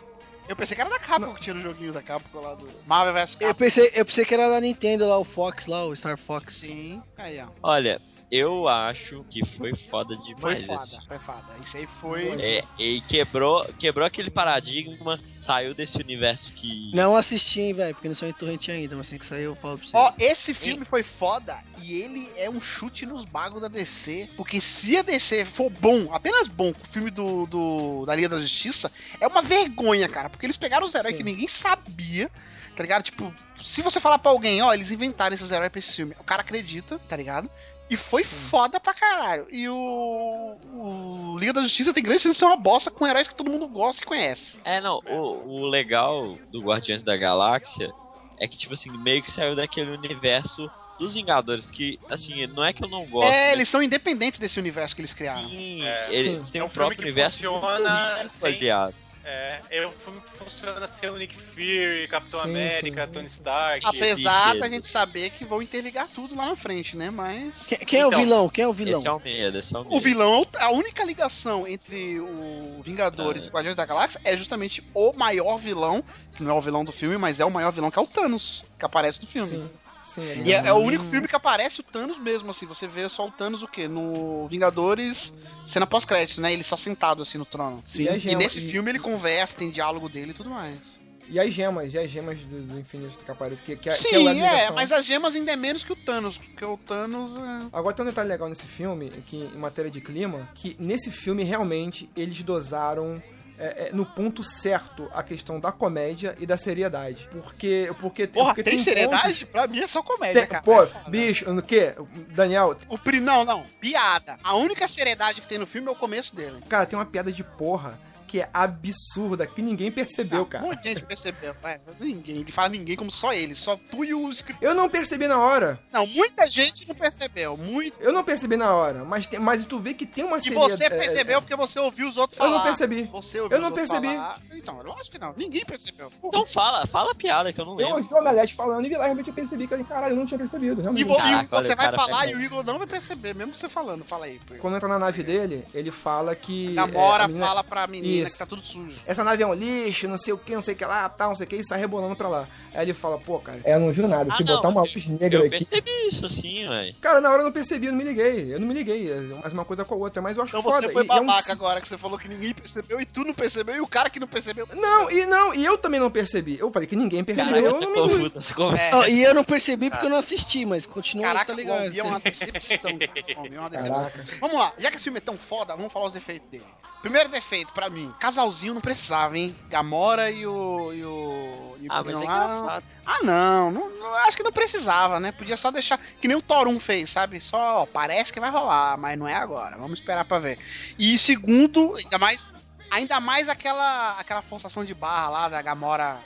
Eu pensei que era da Capcom, que tinha no joguinho da Capcom lá do Marvel vs Eu Capcom. pensei, eu pensei que era da Nintendo lá, o Fox lá, o Star Fox. Sim, aí ó. olha, eu acho que foi foda demais. Foi esse. fada, foi fada. Isso aí foi. É, e quebrou, quebrou aquele paradigma, saiu desse universo que. Não assisti, hein, velho, porque não saiu em torrente ainda, mas assim que sair eu falo pra vocês. Ó, esse filme foi foda e ele é um chute nos bagos da DC. Porque se a DC for bom, apenas bom, com o filme do, do- da Liga da Justiça, é uma vergonha, cara. Porque eles pegaram os heróis Sim. que ninguém sabia, tá ligado? Tipo, se você falar pra alguém, ó, eles inventaram esses heróis pra esse filme, o cara acredita, tá ligado? E foi foda pra caralho. E o, o Liga da Justiça tem grande chance de ser uma bosta com heróis que todo mundo gosta e conhece. É, não, o, o legal do Guardiões da Galáxia é que, tipo assim, meio que saiu daquele universo dos Vingadores, que, assim, não é que eu não gosto. é, mas- eles são independentes desse universo que eles criaram. Sim, É. eles Sim. têm É um o filme próprio que universo muito funciona rico, sem- aliás. É, é um filme que funciona sem o Nick Fury, Capitão Sim, América, sim. Tony Stark. Apesar existe da esse. gente saber que vão interligar tudo lá na frente, né? Mas. Quem, quem é Então, o vilão? Quem é o vilão? Esse é o medo, esse é o medo. O vilão, é o- a única ligação entre o Vingadores Ah. e o Guardiões da Galáxia é justamente o maior vilão, que não é o vilão do filme, mas é o maior vilão que é o Thanos, que aparece no filme. Sim, sim. é E é, é o legal. único filme que aparece o Thanos mesmo, assim. Você vê só o Thanos o quê? No Vingadores, cena pós-crédito, né? Ele só sentado assim no trono. Sim. E, as E gemas- nesse e- filme ele conversa, tem diálogo dele e tudo mais. E as gemas, e as gemas do, do infinito que aparecem, que, que, é- que Sim, é, a é, ligação. mas as gemas ainda é menos que o Thanos, porque o Thanos. é- Agora tem um detalhe legal nesse filme, que em matéria de clima, que nesse filme realmente eles dosaram é, é, no ponto certo a questão da comédia e da seriedade. Porque. porque Porra, É porque tem, seriedade? Pra mim é só comédia, cara. pontos- tem- pô, É foda. bicho, no quê? Daniel, O pri... Não, não, piada. A única seriedade que tem no filme é o começo dele. cara, tem uma piada de porra que é absurda, que ninguém percebeu, Um cara. monte de gente percebeu. Mas ninguém, ele fala ninguém como só ele, só tu e o escritor. Eu não percebi na hora. Não, muita gente não percebeu. Muito. Eu não percebi na hora, mas, tem, mas tu vê que tem uma E seriedade. você percebeu porque você ouviu os outros é, Eu falar. não percebi. Você ouviu Eu não os outros percebi. falar. Então, lógico que não. Ninguém percebeu. Então fala, fala a piada que eu não Eu lembro. ouvi o Omelete falando e lá realmente eu percebi que eu, caralho, eu não tinha percebido. E, Realmente. vo- e Caraca, olha, você o vai cara falar pega- e o Igor não vai perceber, mesmo você falando. Fala aí. Igor. Quando entra na nave dele, ele fala que. é, Namora, a menina- fala pra menina Isso. que tá tudo sujo. essa nave é um lixo, não sei o que, não sei o que lá, tal, não sei o que, e sai rebolando pra lá. Aí ele fala, pô, cara. É, eu não juro nada. Ah, Se não, botar uma eu- luz negra Eu aqui. percebi isso, assim, velho. Cara, na hora eu não percebi, eu não me liguei. Eu não me liguei. Mas uma coisa com a outra, mas eu acho Então foda. você foi e- e é um babaca agora, que você falou que ninguém percebeu e tu não percebeu e o cara que não percebeu. Não, e não, e eu também não percebi. Eu falei que ninguém percebeu, Caraca, eu tá não me liguei. confuso essa conversa. Ah, É, Ó, e eu não percebi porque eu não assisti, mas continua aí, Caraca, tá ligado? Homem é uma decepção. cara. Homem é uma decepção. Caraca. Vamos lá, já que esse filme é tão foda, vamos falar os defeitos dele. Primeiro defeito, pra mim, casalzinho não precisava, hein? Gamora e o. E o e o Ah, mas é Coringa lá. engraçado. Ah, não, não, não, Acho que não precisava, né? Podia só deixar. Que nem o Torum fez, sabe? Só ó, parece que vai rolar, mas não é agora. Vamos esperar pra ver. E segundo, ainda mais. Ainda mais aquela, aquela forçação de barra lá da Gamora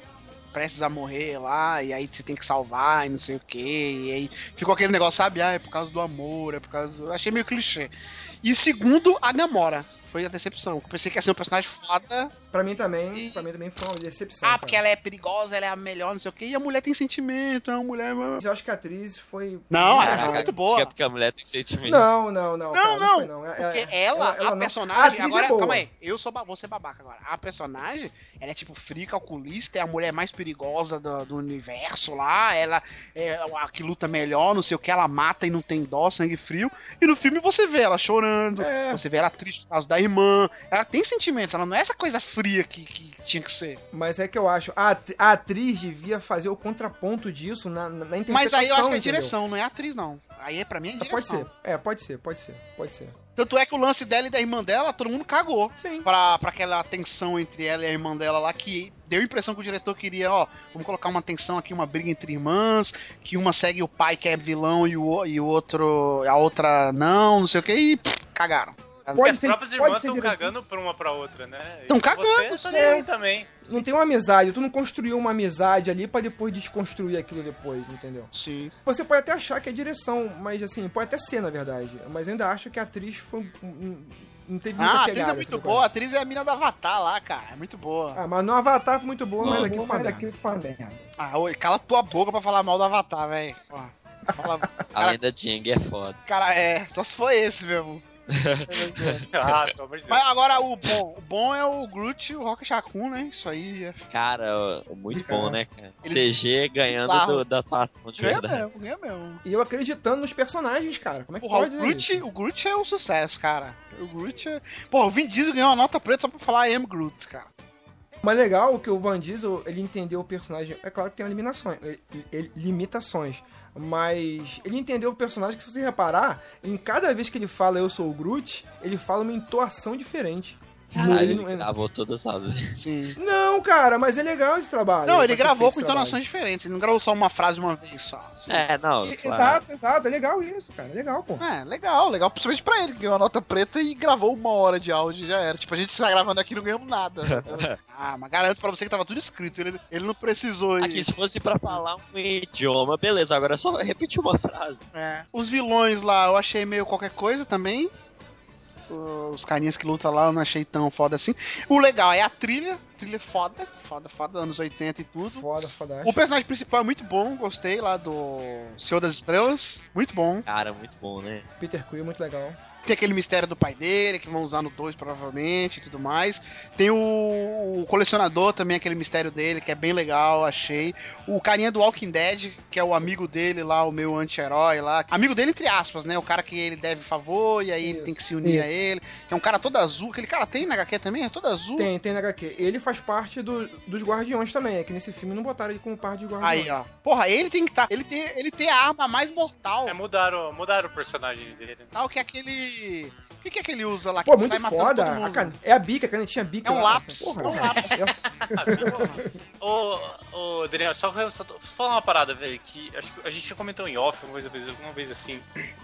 prestes a morrer lá, e aí você tem que salvar e não sei o que, e aí ficou aquele negócio, sabe? Ah, é por causa do amor, é por causa do... Achei meio clichê. E segundo, a Gamora. Foi a decepção. Eu pensei que ia ser um personagem foda. Pra mim também, pra mim também foi uma decepção. Ah, cara. porque ela é perigosa, ela é a melhor, não sei o que. E a mulher tem sentimento, é uma mulher... Mas eu acho que a atriz foi. Não, ela Caraca, é muito diz que boa. É porque a mulher tem sentimento. Não, não, Não, não. cara, não, foi, não. É- é- Porque ela, a não- a personagem. atriz agora, é boa. calma aí, eu sou, ba- vou ser babaca agora. A personagem, ela é tipo fria, calculista, é a mulher mais perigosa do, do universo lá. Ela é a que luta melhor, não sei o que, ela mata e não tem dó, sangue frio. E no filme você vê ela chorando, É. você vê ela triste por causa da irmã. Ela tem sentimentos, ela não é essa coisa fria que, que tinha que ser. Mas é que eu acho. A, at- a atriz devia fazer o contraponto disso na, na na interpretação. Mas aí eu acho que é entendeu? direção, não é atriz, não. Aí é pra mim é direção. Pode ser. É, pode ser, pode ser, pode ser. Tanto é que o lance dela e da irmã dela, todo mundo cagou. Sim. pra, pra aquela tensão entre ela e a irmã dela lá, que deu a impressão que o diretor queria, ó, vamos colocar uma tensão aqui, uma briga entre irmãs, que uma segue o pai que é vilão e o, o- e o outro, a outra não, não sei o que, e pff, cagaram. Pode As ser, próprias pode irmãs ser estão direção. cagando pra uma pra outra, né? Tão E cagando, você tá sim. nem aí também. Não tem uma amizade, tu não construiu uma amizade ali pra depois desconstruir aquilo depois, entendeu? Sim. Você pode até achar que é direção, mas assim, pode até ser, na verdade. Mas eu ainda acho que a atriz foi. um- um- Não teve muita Ah, a pegada. atriz é muito boa, sabe qual a é? atriz é a mina do Avatar lá, cara, é muito boa. Ah, mas no Avatar foi muito boa, mas aqui Pô, foi uma mas merda. aquilo foi uma merda. Ah, oi, cala tua boca pra falar mal do Avatar, velho. Fala... (laughs) A lenda de Yang é foda. Cara, é, só se for esse mesmo. ah, pelo amor de Deus. Mas agora o bom. O bom é o Groot e o Rocket Raccoon, né? Isso aí é. Cara, ó, muito Cara. bom, né, cara? CG ganhando Bizarro. do- da atuação de Ganha verdade. mesmo, ganha mesmo. E eu acreditando nos personagens, cara. Como é que Porra, o pode? né, Groot, o Groot é um sucesso, cara. O Groot é. Porra, o Vin Diesel ganhou uma nota preta só pra falar I am Groot, cara. Mas legal que o Van Diesel, ele entendeu o personagem. É claro que tem eliminações, eh, eh, limitações. Mas ele entendeu o personagem que, se você reparar, em cada vez que ele fala eu sou o Groot, ele fala uma entoação diferente. Caralho, Ele é não- ele gravou todas (laughs) as. Sim. Não, cara, mas é legal esse trabalho. Não, ele Você gravou fez com esse trabalho. entonações diferentes. Ele não gravou só uma frase uma vez só. assim. É, não. E- claro. Exato, exato. É legal isso, cara. É legal, pô. É, legal, legal. Principalmente pra ele, que ganhou a nota preta e gravou uma hora de áudio já era. Tipo, a gente tá gravando aqui e não ganhamos nada. (laughs) ah, mas garanto pra você que tava tudo escrito. Ele, ele não precisou. ir. Aqui, se fosse pra falar um idioma, beleza, agora é só repetir uma frase. É. Os vilões lá eu achei meio qualquer coisa também. Os carinhas que lutam lá eu não achei tão foda assim. O legal é a trilha. Trilha foda. Foda, foda, anos 80 e tudo. Foda, foda. O personagem principal é muito bom, gostei lá do Senhor das Estrelas. Muito bom. Cara, muito bom, né? Peter Quill, é muito legal. Tem aquele mistério do pai dele, que vão usar no 2 provavelmente e tudo mais. Tem o, o colecionador também, aquele mistério dele, que é bem legal, achei. O carinha do Walking Dead, que é o amigo dele lá, o meu anti-herói lá. Amigo dele, entre aspas, né? O cara que ele deve favor e aí ele Isso, tem que se unir a isso. ele. É um cara todo azul, aquele cara tem na HQ também, é todo azul. Tem, tem na HQ. Ele faz parte do- dos Guardiões também. É que nesse filme não botaram ele como par de Guardiões. Aí, ó. Porra, ele tem que estar. Ele, tem, ele tem a arma mais mortal. É, mudaram, mudaram o personagem dele. né? Tal que é aquele. O que, que é que ele usa lá? Pô, que muito sai matando todo foda. mundo? A can- É a bica, a canetinha bica. É um lá. lápis. Porra, É um lápis. essa- Ah, Ô, ô, Daniel, só vou só tô- falar uma parada, velho, que acho que a gente já comentou em off alguma vez, alguma vez assim.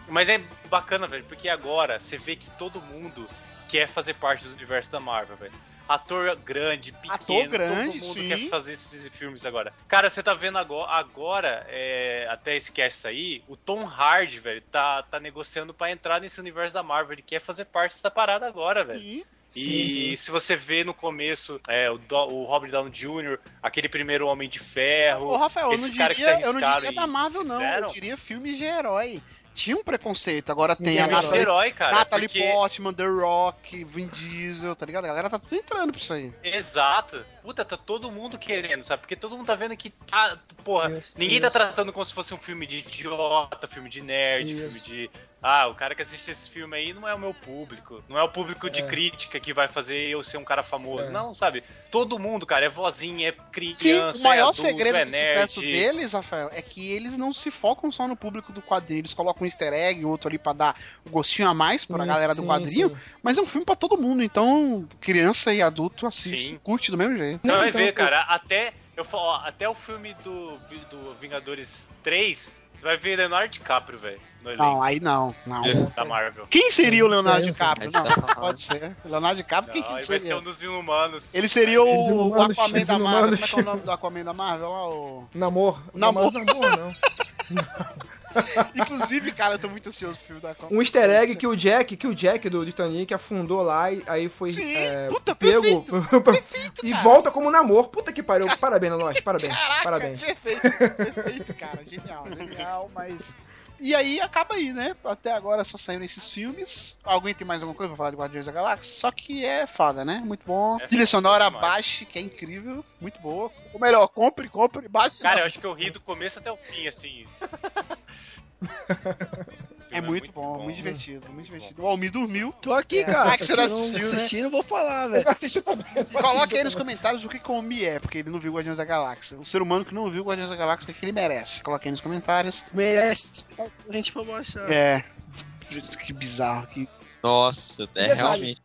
Mas é bacana, velho, porque agora você vê que todo mundo quer fazer parte do universo da Marvel, velho. Ator grande, pequeno, Ator grande, todo mundo sim. quer fazer esses filmes agora. Cara, você tá vendo agora, agora é, até esquece isso aí, o Tom Hardy, velho, tá, tá negociando pra entrar nesse universo da Marvel, ele quer fazer parte dessa parada agora, velho. Sim. E se você vê no começo é, o, Do- o Robert Downey Jr., aquele primeiro Homem de Ferro. Ô, Rafael, eu não esses caras que se diria, eu não arriscaram diria e da Marvel, não. fizeram. Eu diria filmes de herói. Tinha um preconceito. Agora tem a Filmes de Filme de Natalie, herói, é um cara. Natalie porque- Portman, The Rock, Vin Diesel, tá ligado? A galera tá tudo entrando pra isso aí. Exato. Puta, tá todo mundo querendo, sabe? Porque todo mundo tá vendo que tá. Porra, Isso, ninguém tá isso. tratando como se fosse um filme de idiota, filme de nerd, Isso. filme de. Ah, o cara que assiste esse filme aí não é o meu público. Não é o público de crítica que vai fazer eu ser um cara famoso. É. Não, sabe? Todo mundo, cara, é vozinha, é criança, Sim, o maior é adulto, segredo é do nerd. sucesso deles, Rafael, é que eles não se focam só no público do quadrinho. Eles colocam um easter egg, outro ali pra dar um gostinho a mais pra Sim, galera do sim, quadrinho. sim. Mas é um filme pra todo mundo, então criança e adulto assiste, Sim. curte do mesmo jeito. Você Não, vai então, ver, pô. cara, até. Eu falo, ó, até o filme do, do Vingadores 3, você vai ver Leonardo DiCaprio, velho, no Não, elenco aí não, não. É. é. da Marvel. Quem seria o Não sei, Leonardo não sei. DiCaprio? Mas Não, tá falando. (laughs) pode ser. Leonardo DiCaprio, quem Não, que ele vai ser seria? um dos Inumanos. Ele seria Eles o, o humanos, Aquaman eles da Marvel. humanos. Como é que é o nome do Aquaman da Marvel lá? o- Namor. Namor. Namor, namor, não. (laughs) Inclusive, cara, eu tô muito ansioso pro filme do Aquaman. Um easter egg que o Jack, que o Jack do Titanic afundou lá e aí foi Sim, é, puta, pego (laughs) perfeito, perfeito, e cara. volta como namor. Puta que pariu. Parabéns, Nanosh. Parabéns. Caraca, Parabéns. perfeito, perfeito, cara. Genial, genial, mas... E aí acaba aí, né? Até agora só saíram esses filmes. Alguém tem mais alguma coisa pra falar de Guardiões da Galáxia? Só que é foda, né? Muito bom. É Trilha sonora, demais. baixe, que é incrível. Muito boa. Ou melhor, compre, compre, baixe. Cara, eu acho que eu ri do começo até o fim, (laughs) assim. É muito bom, muito divertido, muito divertido. O Almi (laughs) dormiu. Tô aqui, Ah, cara. que Se você eu não não assistiu, né? assistindo, eu vou falar, velho. Coloque aí nos comentários o que que o Almi é, porque ele não viu Guardiões da Galáxia. Um ser humano que não viu Guardiões da Galáxia, o que que ele merece? Coloque aí nos comentários. Merece a gente pra mostrar. É. Que bizarro. Que... Nossa, é realmente.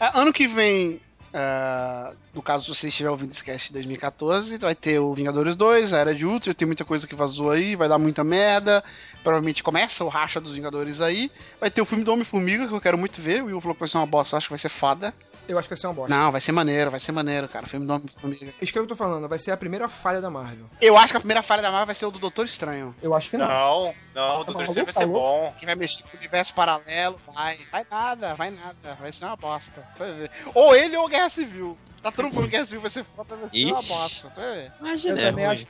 Ah, Ano que vem, ah, no caso, se você estiver ouvindo esse cast em 2014, vai ter o Vingadores 2, a Era de Ultra, tem muita coisa que vazou aí, vai dar muita merda. Provavelmente começa o racha dos Vingadores aí. Vai ter o filme do Homem-Formiga, que eu quero muito ver. O Will falou que vai ser uma bosta, eu acho que vai ser foda. Eu acho que vai ser uma bosta. Não, vai ser maneiro, vai ser maneiro, cara. O filme do Homem-Formiga. Isso que eu tô falando. Vai ser a primeira falha da Marvel. Eu acho que a primeira falha da Marvel vai ser o do Doutor Estranho. Eu acho que não. Não, Tá não, o do terceiro vai ser bom. que vai mexer com o universo paralelo, vai. Vai nada, vai nada. Vai ser uma bosta. Tu vai ver. Ou ele ou Guerra Civil. Tá todo mundo Guerra Civil, vai ser foda, vai ser uma Ixi. bosta. tu vai ver. Imagina, Eu é também ruim. acho.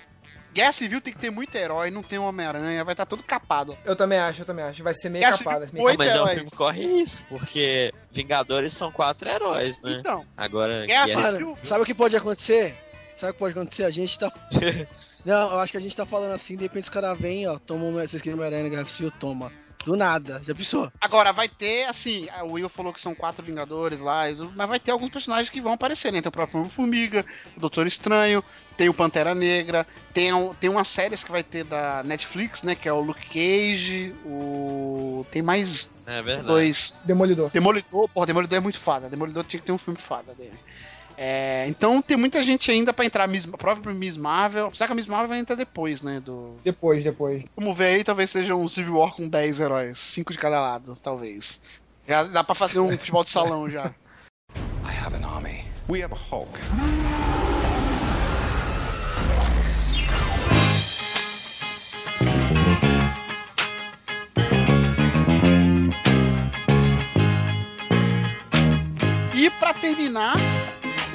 Guerra Civil tem que ter muito herói, não tem um Homem-Aranha, vai estar todo capado. Eu também acho, eu também acho. Vai ser meio assim. Guerra capado. Civil meio oito capado. Não, mas é um heróis. filme que corre risco, porque Vingadores são quatro heróis, né? Então, Agora. Guerra Guerra- Cara, sabe o que pode acontecer? Sabe o que pode acontecer? A gente tá. Não, eu acho que a gente tá falando assim, de repente os caras vêm, ó, toma uma. Vocês querem uma aranha no Garfield, Civil, toma. Do nada. Já pensou? agora vai ter, assim, a Will falou que são quatro Vingadores lá, mas vai ter alguns personagens que vão aparecer, né? Tem o próprio Homem-Formiga, o Doutor Estranho, tem o Pantera Negra, tem, um- tem umas séries que vai ter da Netflix, né? Que é o Luke Cage, o. Tem mais É verdade. dois. Demolidor. Demolidor, porra, Demolidor é muito fada. Demolidor tinha que ter um filme fada dele. É, então tem muita gente ainda pra entrar, Miss- a própria Miss Marvel. Apesar que a Miss Marvel vai entrar depois, né? Do... Depois, depois. Como vê aí, talvez seja um Civil War com 10 heróis, 5 de cada lado, talvez. Já dá pra fazer um futebol de salão já. I have an army. We have a Hulk. E pra terminar,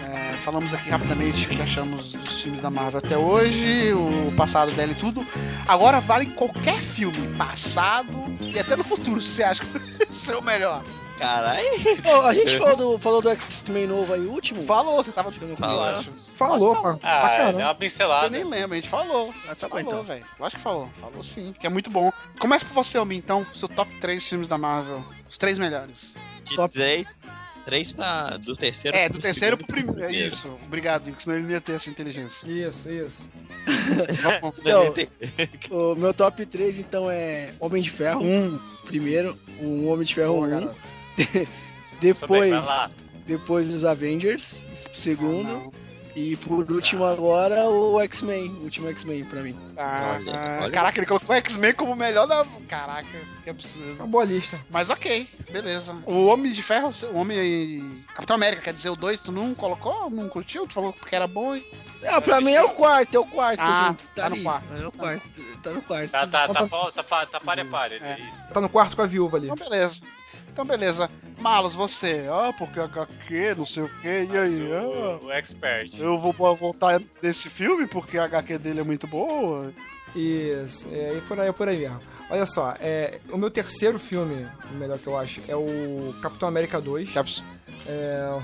é, falamos aqui rapidamente o que achamos dos filmes da Marvel até hoje, o passado dela e tudo. Agora vale qualquer filme, passado e até no futuro, se você acha que (laughs) vai ser o melhor. Caralho, Ô, a gente falou do, falou do X-Men novo aí, o último? Falou, você tava ficando com Falou. Falou, Falou. pra, pra Ah, caramba. deu uma pincelada. Você nem lembra, a gente falou. A gente tá bom, falou, então. velho. Lógico que falou. Falou sim, que é muito bom. Começa por você, Almi, então, seu top 3 filmes da Marvel. Os três melhores. de Top. três. Três pra. Do terceiro É, do terceiro pro segundo né? primeiro. É isso. Obrigado, Igor, senão ele não ia ter essa inteligência. Isso, isso. Vamos. Não, Então, o meu top 3 então é Homem de Ferro, Um. primeiro, um Homem de Ferro Boa, 1. garoto. Também, (laughs) depois, vai lá. depois os Avengers, isso pro segundo. Não. E por último agora o X-Men, o último X-Men pra mim. Ah, Olha, ah, olha. Caraca, ele colocou o X-Men como o melhor da. Caraca, que absurdo. Uma boa lista. Mas ok, beleza. O Homem de Ferro, o Homem. Capitão América, quer dizer, o 2, tu não colocou? Não curtiu? Tu falou que era bom? e- Ah, pra mim é o quarto, é o quarto. Ah, assim, tá no ali, quarto. É o quarto, tá no quarto. Tá, tá, tá, tá, tá, tá, tá pare a pare. É. isso. Tá no quarto com a viúva ali. Então beleza. Então beleza. Malos, você. Ah, porque HQ, não sei o quê, e aí? Ah, O, o expert. eu vou bo- voltar nesse filme porque a HQ dele é muito boa. Isso, é, e por aí, por aí mesmo. Olha só, é, o meu terceiro filme, o melhor que eu acho, é o Capitão América 2. Que abs- É,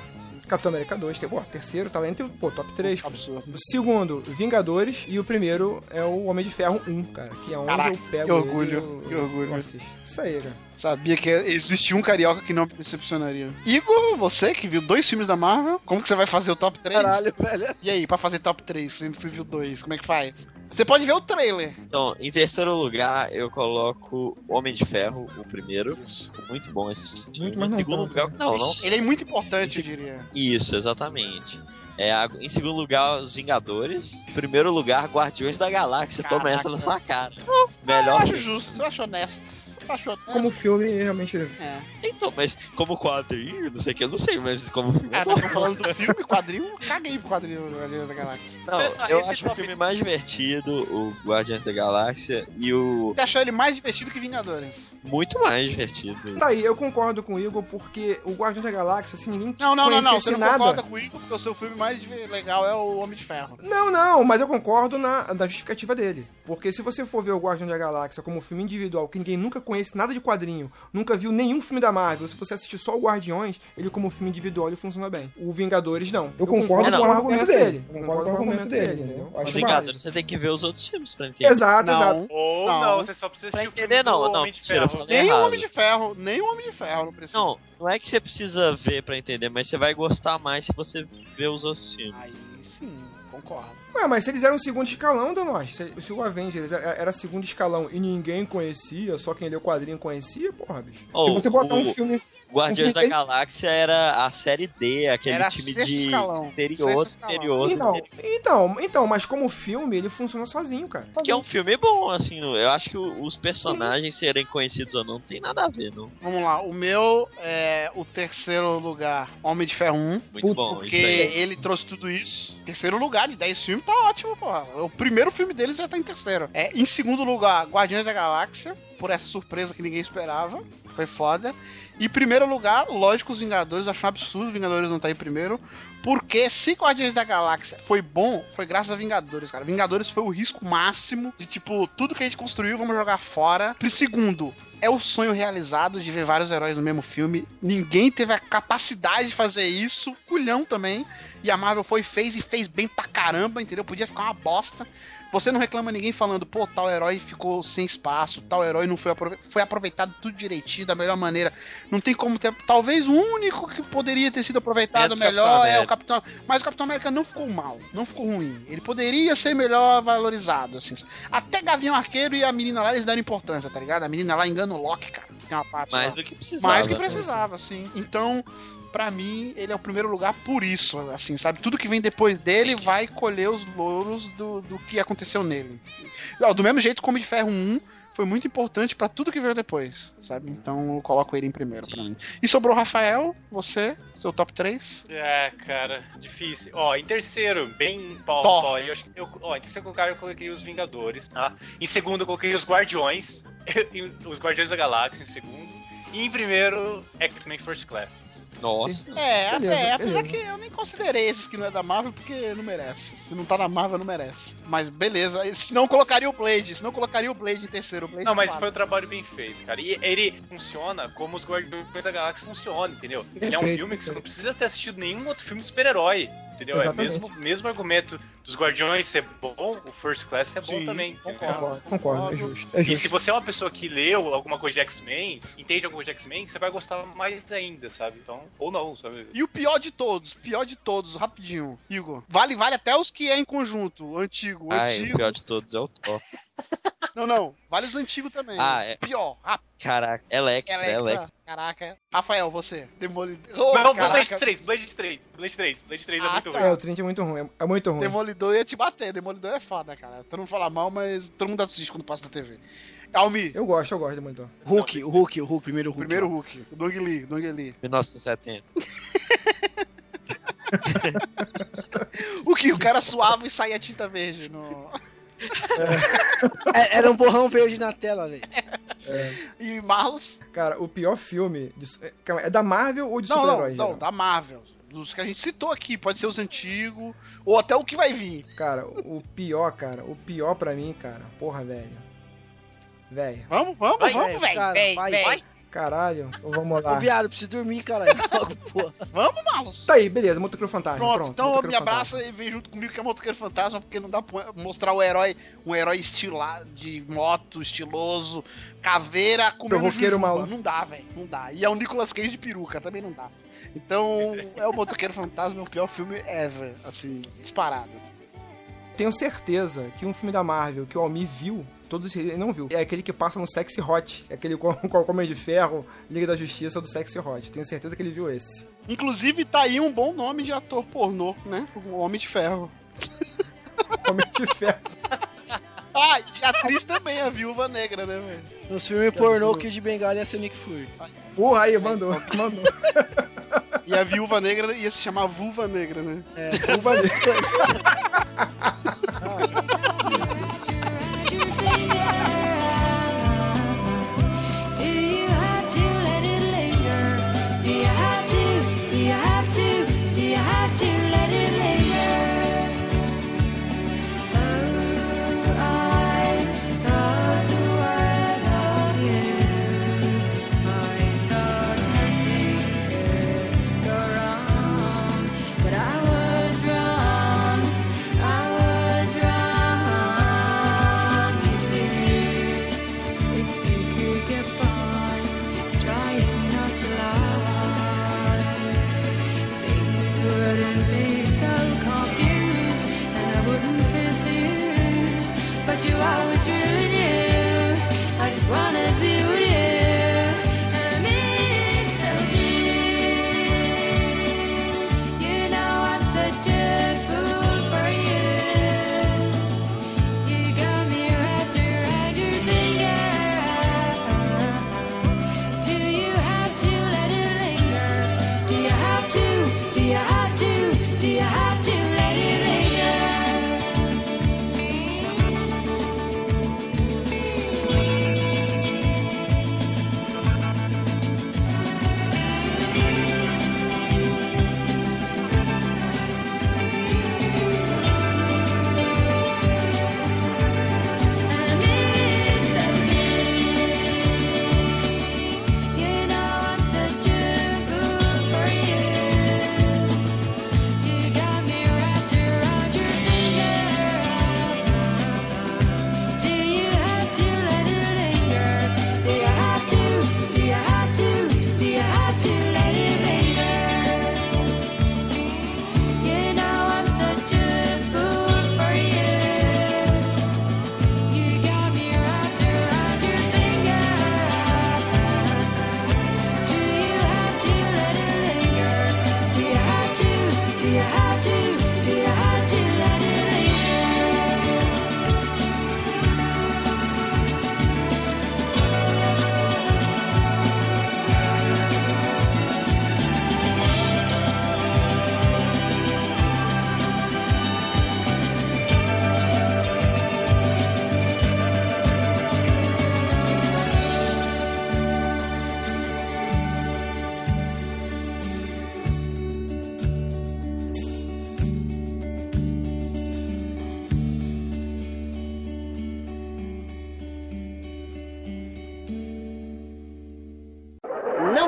Capitão América 2, tem, pô, terceiro, tá lá entre pô, top 3. absurdo. O segundo, Vingadores. E o primeiro é o Homem de Ferro 1, cara. Que é onde Caraca, eu pego. que orgulho, ele, eu- que orgulho. eu assisto. Isso aí, cara. Sabia que existe um carioca que não me decepcionaria. Igor, você que viu dois filmes da Marvel, como que você vai fazer o top 3? Caralho, velho. E aí, pra fazer top 3, sendo que você viu dois, como é que faz? Você pode ver o trailer. Então, em terceiro lugar, eu coloco Homem de Ferro, o primeiro. é Muito bom esse filme. Muito, mas em não segundo tanto. lugar, não, não. Ele é muito importante, Esse- eu diria. Isso, exatamente. É, a- em segundo lugar, os Vingadores. Em primeiro lugar, Guardiões da Galáxia. Toma Caraca. essa na sua cara. Eu Melhor. acho justo, eu acho honesto. Eu acho honesto. Como filme, realmente. É. Então, mas como quadrinho, não sei o que, eu não sei, mas como filme. é Ah, bom. nós estamos falando do filme, quadrinho, caguei pro quadrinho Guardiões da Galáxia. Não, Pessoal, eu esse acho o top- filme mais divertido, o Guardiões da Galáxia, e o Você achou ele mais divertido que Vingadores? muito mais divertido. Tá aí, eu concordo com o Igor, porque o Guardião da Galáxia, se ninguém Não, não, não, não. conhecesse Você não nada. concorda com o Igor, porque o seu filme mais de- legal é o Homem de Ferro. Não, não, mas eu concordo na, na justificativa dele. Porque se você for ver o Guardião da Galáxia como um filme individual, que ninguém nunca conhece nada de quadrinho, nunca viu nenhum filme da Marvel, se você assistir só o Guardiões, ele como filme individual ele funciona bem. O Vingadores, não. Eu concordo com o argumento dele. Eu concordo com o argumento dele, entendeu? Eu acho Os que Vingadores, você tem que ver os outros filmes pra entender. Exato, exato. Não. Ou Não. não. você só precisa Pra assistir o filme entender, não, do não, Homem de mentira, eu Ferro. falei Nem o errado. Homem de Ferro, nem o Homem de Ferro não precisa. Não, não é que você precisa ver pra entender, mas você vai gostar mais se você ver os outros Aí filmes. sim, concordo. Ué, mas se eles eram segundo escalão, Donosh, se, se o é, Avengers era, era segundo escalão e ninguém conhecia, só quem lê o quadrinho conhecia, porra, bicho. Se Ou, você botar o um filme. Guardiões um filme da bem- Galáxia era a série D, aquele Era time sexto de escalão, interior, sexto escalão. interior, Então, então, então, mas como filme, ele funciona sozinho, cara. Que é um filme bom, assim, eu acho que o- os personagens serem conhecidos ou não, não tem nada a ver, não. Vamos lá, o meu é o terceiro lugar, Homem de Ferro 1. Muito Puta, bom, Porque isso aí. ele trouxe tudo isso. Terceiro lugar de 10 filmes tá ótimo, porra. O primeiro filme deles já tá em terceiro. É, em segundo lugar, Guardiões da Galáxia, por essa surpresa que ninguém esperava. Foi foda. E em primeiro lugar, lógico, os Vingadores. Eu acho um absurdo Vingadores não estar tá em primeiro. Porque se Guardiões da Galáxia foi bom, foi graças a Vingadores, cara. Vingadores foi o risco máximo de, tipo, tudo que a gente construiu, vamos jogar fora. E segundo, é o sonho realizado de ver vários heróis no mesmo filme. Ninguém teve a capacidade de fazer isso. Culhão também. E a Marvel foi, fez e fez bem pra caramba, entendeu? Podia ficar uma bosta. Você não reclama ninguém falando, pô, tal herói ficou sem espaço, tal herói não foi, aprove foi aproveitado tudo direitinho, da melhor maneira. Não tem como ter. Talvez o único que poderia ter sido aproveitado Menos melhor é o Capitão. Mas o Capitão América não ficou mal, não ficou ruim. Ele poderia ser melhor valorizado, assim. Até Gavião Arqueiro e a menina lá, eles deram importância, tá ligado? A menina lá engana o Loki, cara. Tem uma parte. Mais lá. do que precisava. né? Mais do que precisava, sim. sim. Então para mim, ele é o primeiro lugar por isso, assim, sabe? Tudo que vem depois dele vai colher os louros do, do que aconteceu nele. Do mesmo jeito, como de Ferro 1 foi muito importante para tudo que veio depois, sabe? Então eu coloco ele em primeiro para mim. E sobrou Rafael, você, seu top 3? É, cara, difícil. Ó, em terceiro, bem pau, pau eu, eu, ó, em terceiro lugar eu coloquei os Vingadores, tá? Em segundo eu coloquei os Guardiões, (laughs) os Guardiões da Galáxia em segundo. E em primeiro, X-Men First Class. Nossa. É, beleza, até, apesar que eu nem considerei esses que não é da Marvel, porque não merece. Se não tá na Marvel, não merece. Mas beleza, se não colocaria o Blade, se não colocaria o Blade em terceiro. Blade não, mas foi um trabalho bem feito, cara. E ele funciona como os Guardiões da Galáxia funcionam, entendeu? Ele é um perfeito, filme que você não precisa ter assistido nenhum outro filme de super-herói. Entendeu? Exatamente. É mesmo, mesmo argumento dos Guardiões ser bom, o First Class é bom Sim, também. Concordo, concordo, é justo, é justo. E se você é uma pessoa que leu alguma coisa de X-Men, entende alguma coisa de X-Men, você vai gostar mais ainda, sabe? Então, ou não, sabe? E o pior de todos, pior de todos, rapidinho, Igor. Vale, vale até os que é em conjunto, o antigo, o Ai, antigo. Ah, o pior de todos é o Thor. não, não, vale os antigos também. Ah, é. Pior, rápido. Caraca, é Electra, Electra. Electra. Caraca. Rafael, você. Demolidor. Oh, não, caraca. Blade 3, Blade 3. Blade 3, Blade 3 ah, é muito tá. ruim. É, o Trinity é muito ruim, é muito ruim. Demolidor ia te bater, Demolidor é foda, cara. Todo mundo fala mal, mas todo mundo assiste quando passa na TV. Almi. Eu gosto, eu gosto do monitor. Hulk, o Hulk, o Hulk, primeiro Hulk. Primeiro Hulk. O Dong Lee, Dong Lee. 1970. o que? O cara suava e saía tinta verde no. (laughs) É. Era um borrão verde na tela, velho. É. E Marlos? Cara, o pior filme. De... É da Marvel ou de super-heróis? Não, super não, não, da Marvel dos que a gente citou aqui, pode ser os antigos, ou até o que vai vir. Cara, o pior, cara, o pior pra mim, cara, porra, velho. Velho. Vamos, vamos, vai, vamos, velho. Vai, vai. Caralho, vamos lá. Ô, viado, preciso dormir, caralho. (laughs) Logo, vamos, Malus. Tá aí, beleza, Motoqueiro Fantasma. pronto Pronto, então me abraça fantasma. e vem junto comigo que é Motoqueiro Fantasma, porque não dá pra mostrar o herói, um herói estilado, de moto, estiloso, caveira, comendo jujuba. Mal. Não dá, velho, não dá. E é o Nicolas Cage de peruca, também não dá. Então, é o Motoqueiro Fantasma, o pior filme ever, assim, disparado. Tenho certeza que um filme da Marvel que o Almi viu todos ele não viu. É aquele que passa no Sexy Hot, é aquele com, (laughs) com o Homem de Ferro, Liga da Justiça do Sexy Hot. Tenho certeza que ele viu esse. (laughs) Inclusive, tá aí um bom nome de ator pornô, né? O Homem de Ferro. Homem de Ferro. ah, e a atriz também, a Viúva Negra, né, velho? Nos filmes pornô, Kid de Bengala ia ser o Nick Fury. Porra, aí, mandou, (laughs) mandou. E a Viúva Negra ia se chamar Vulva Negra, né? É, Vulva Negra.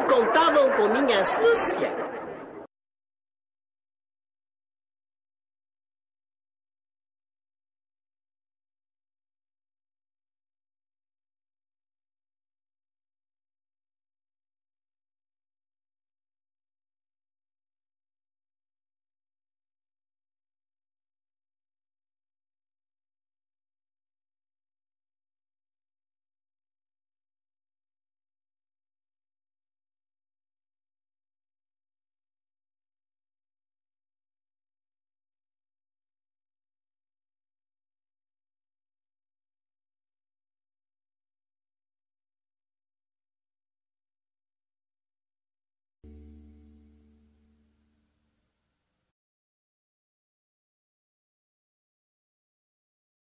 contavam com minha astúcia.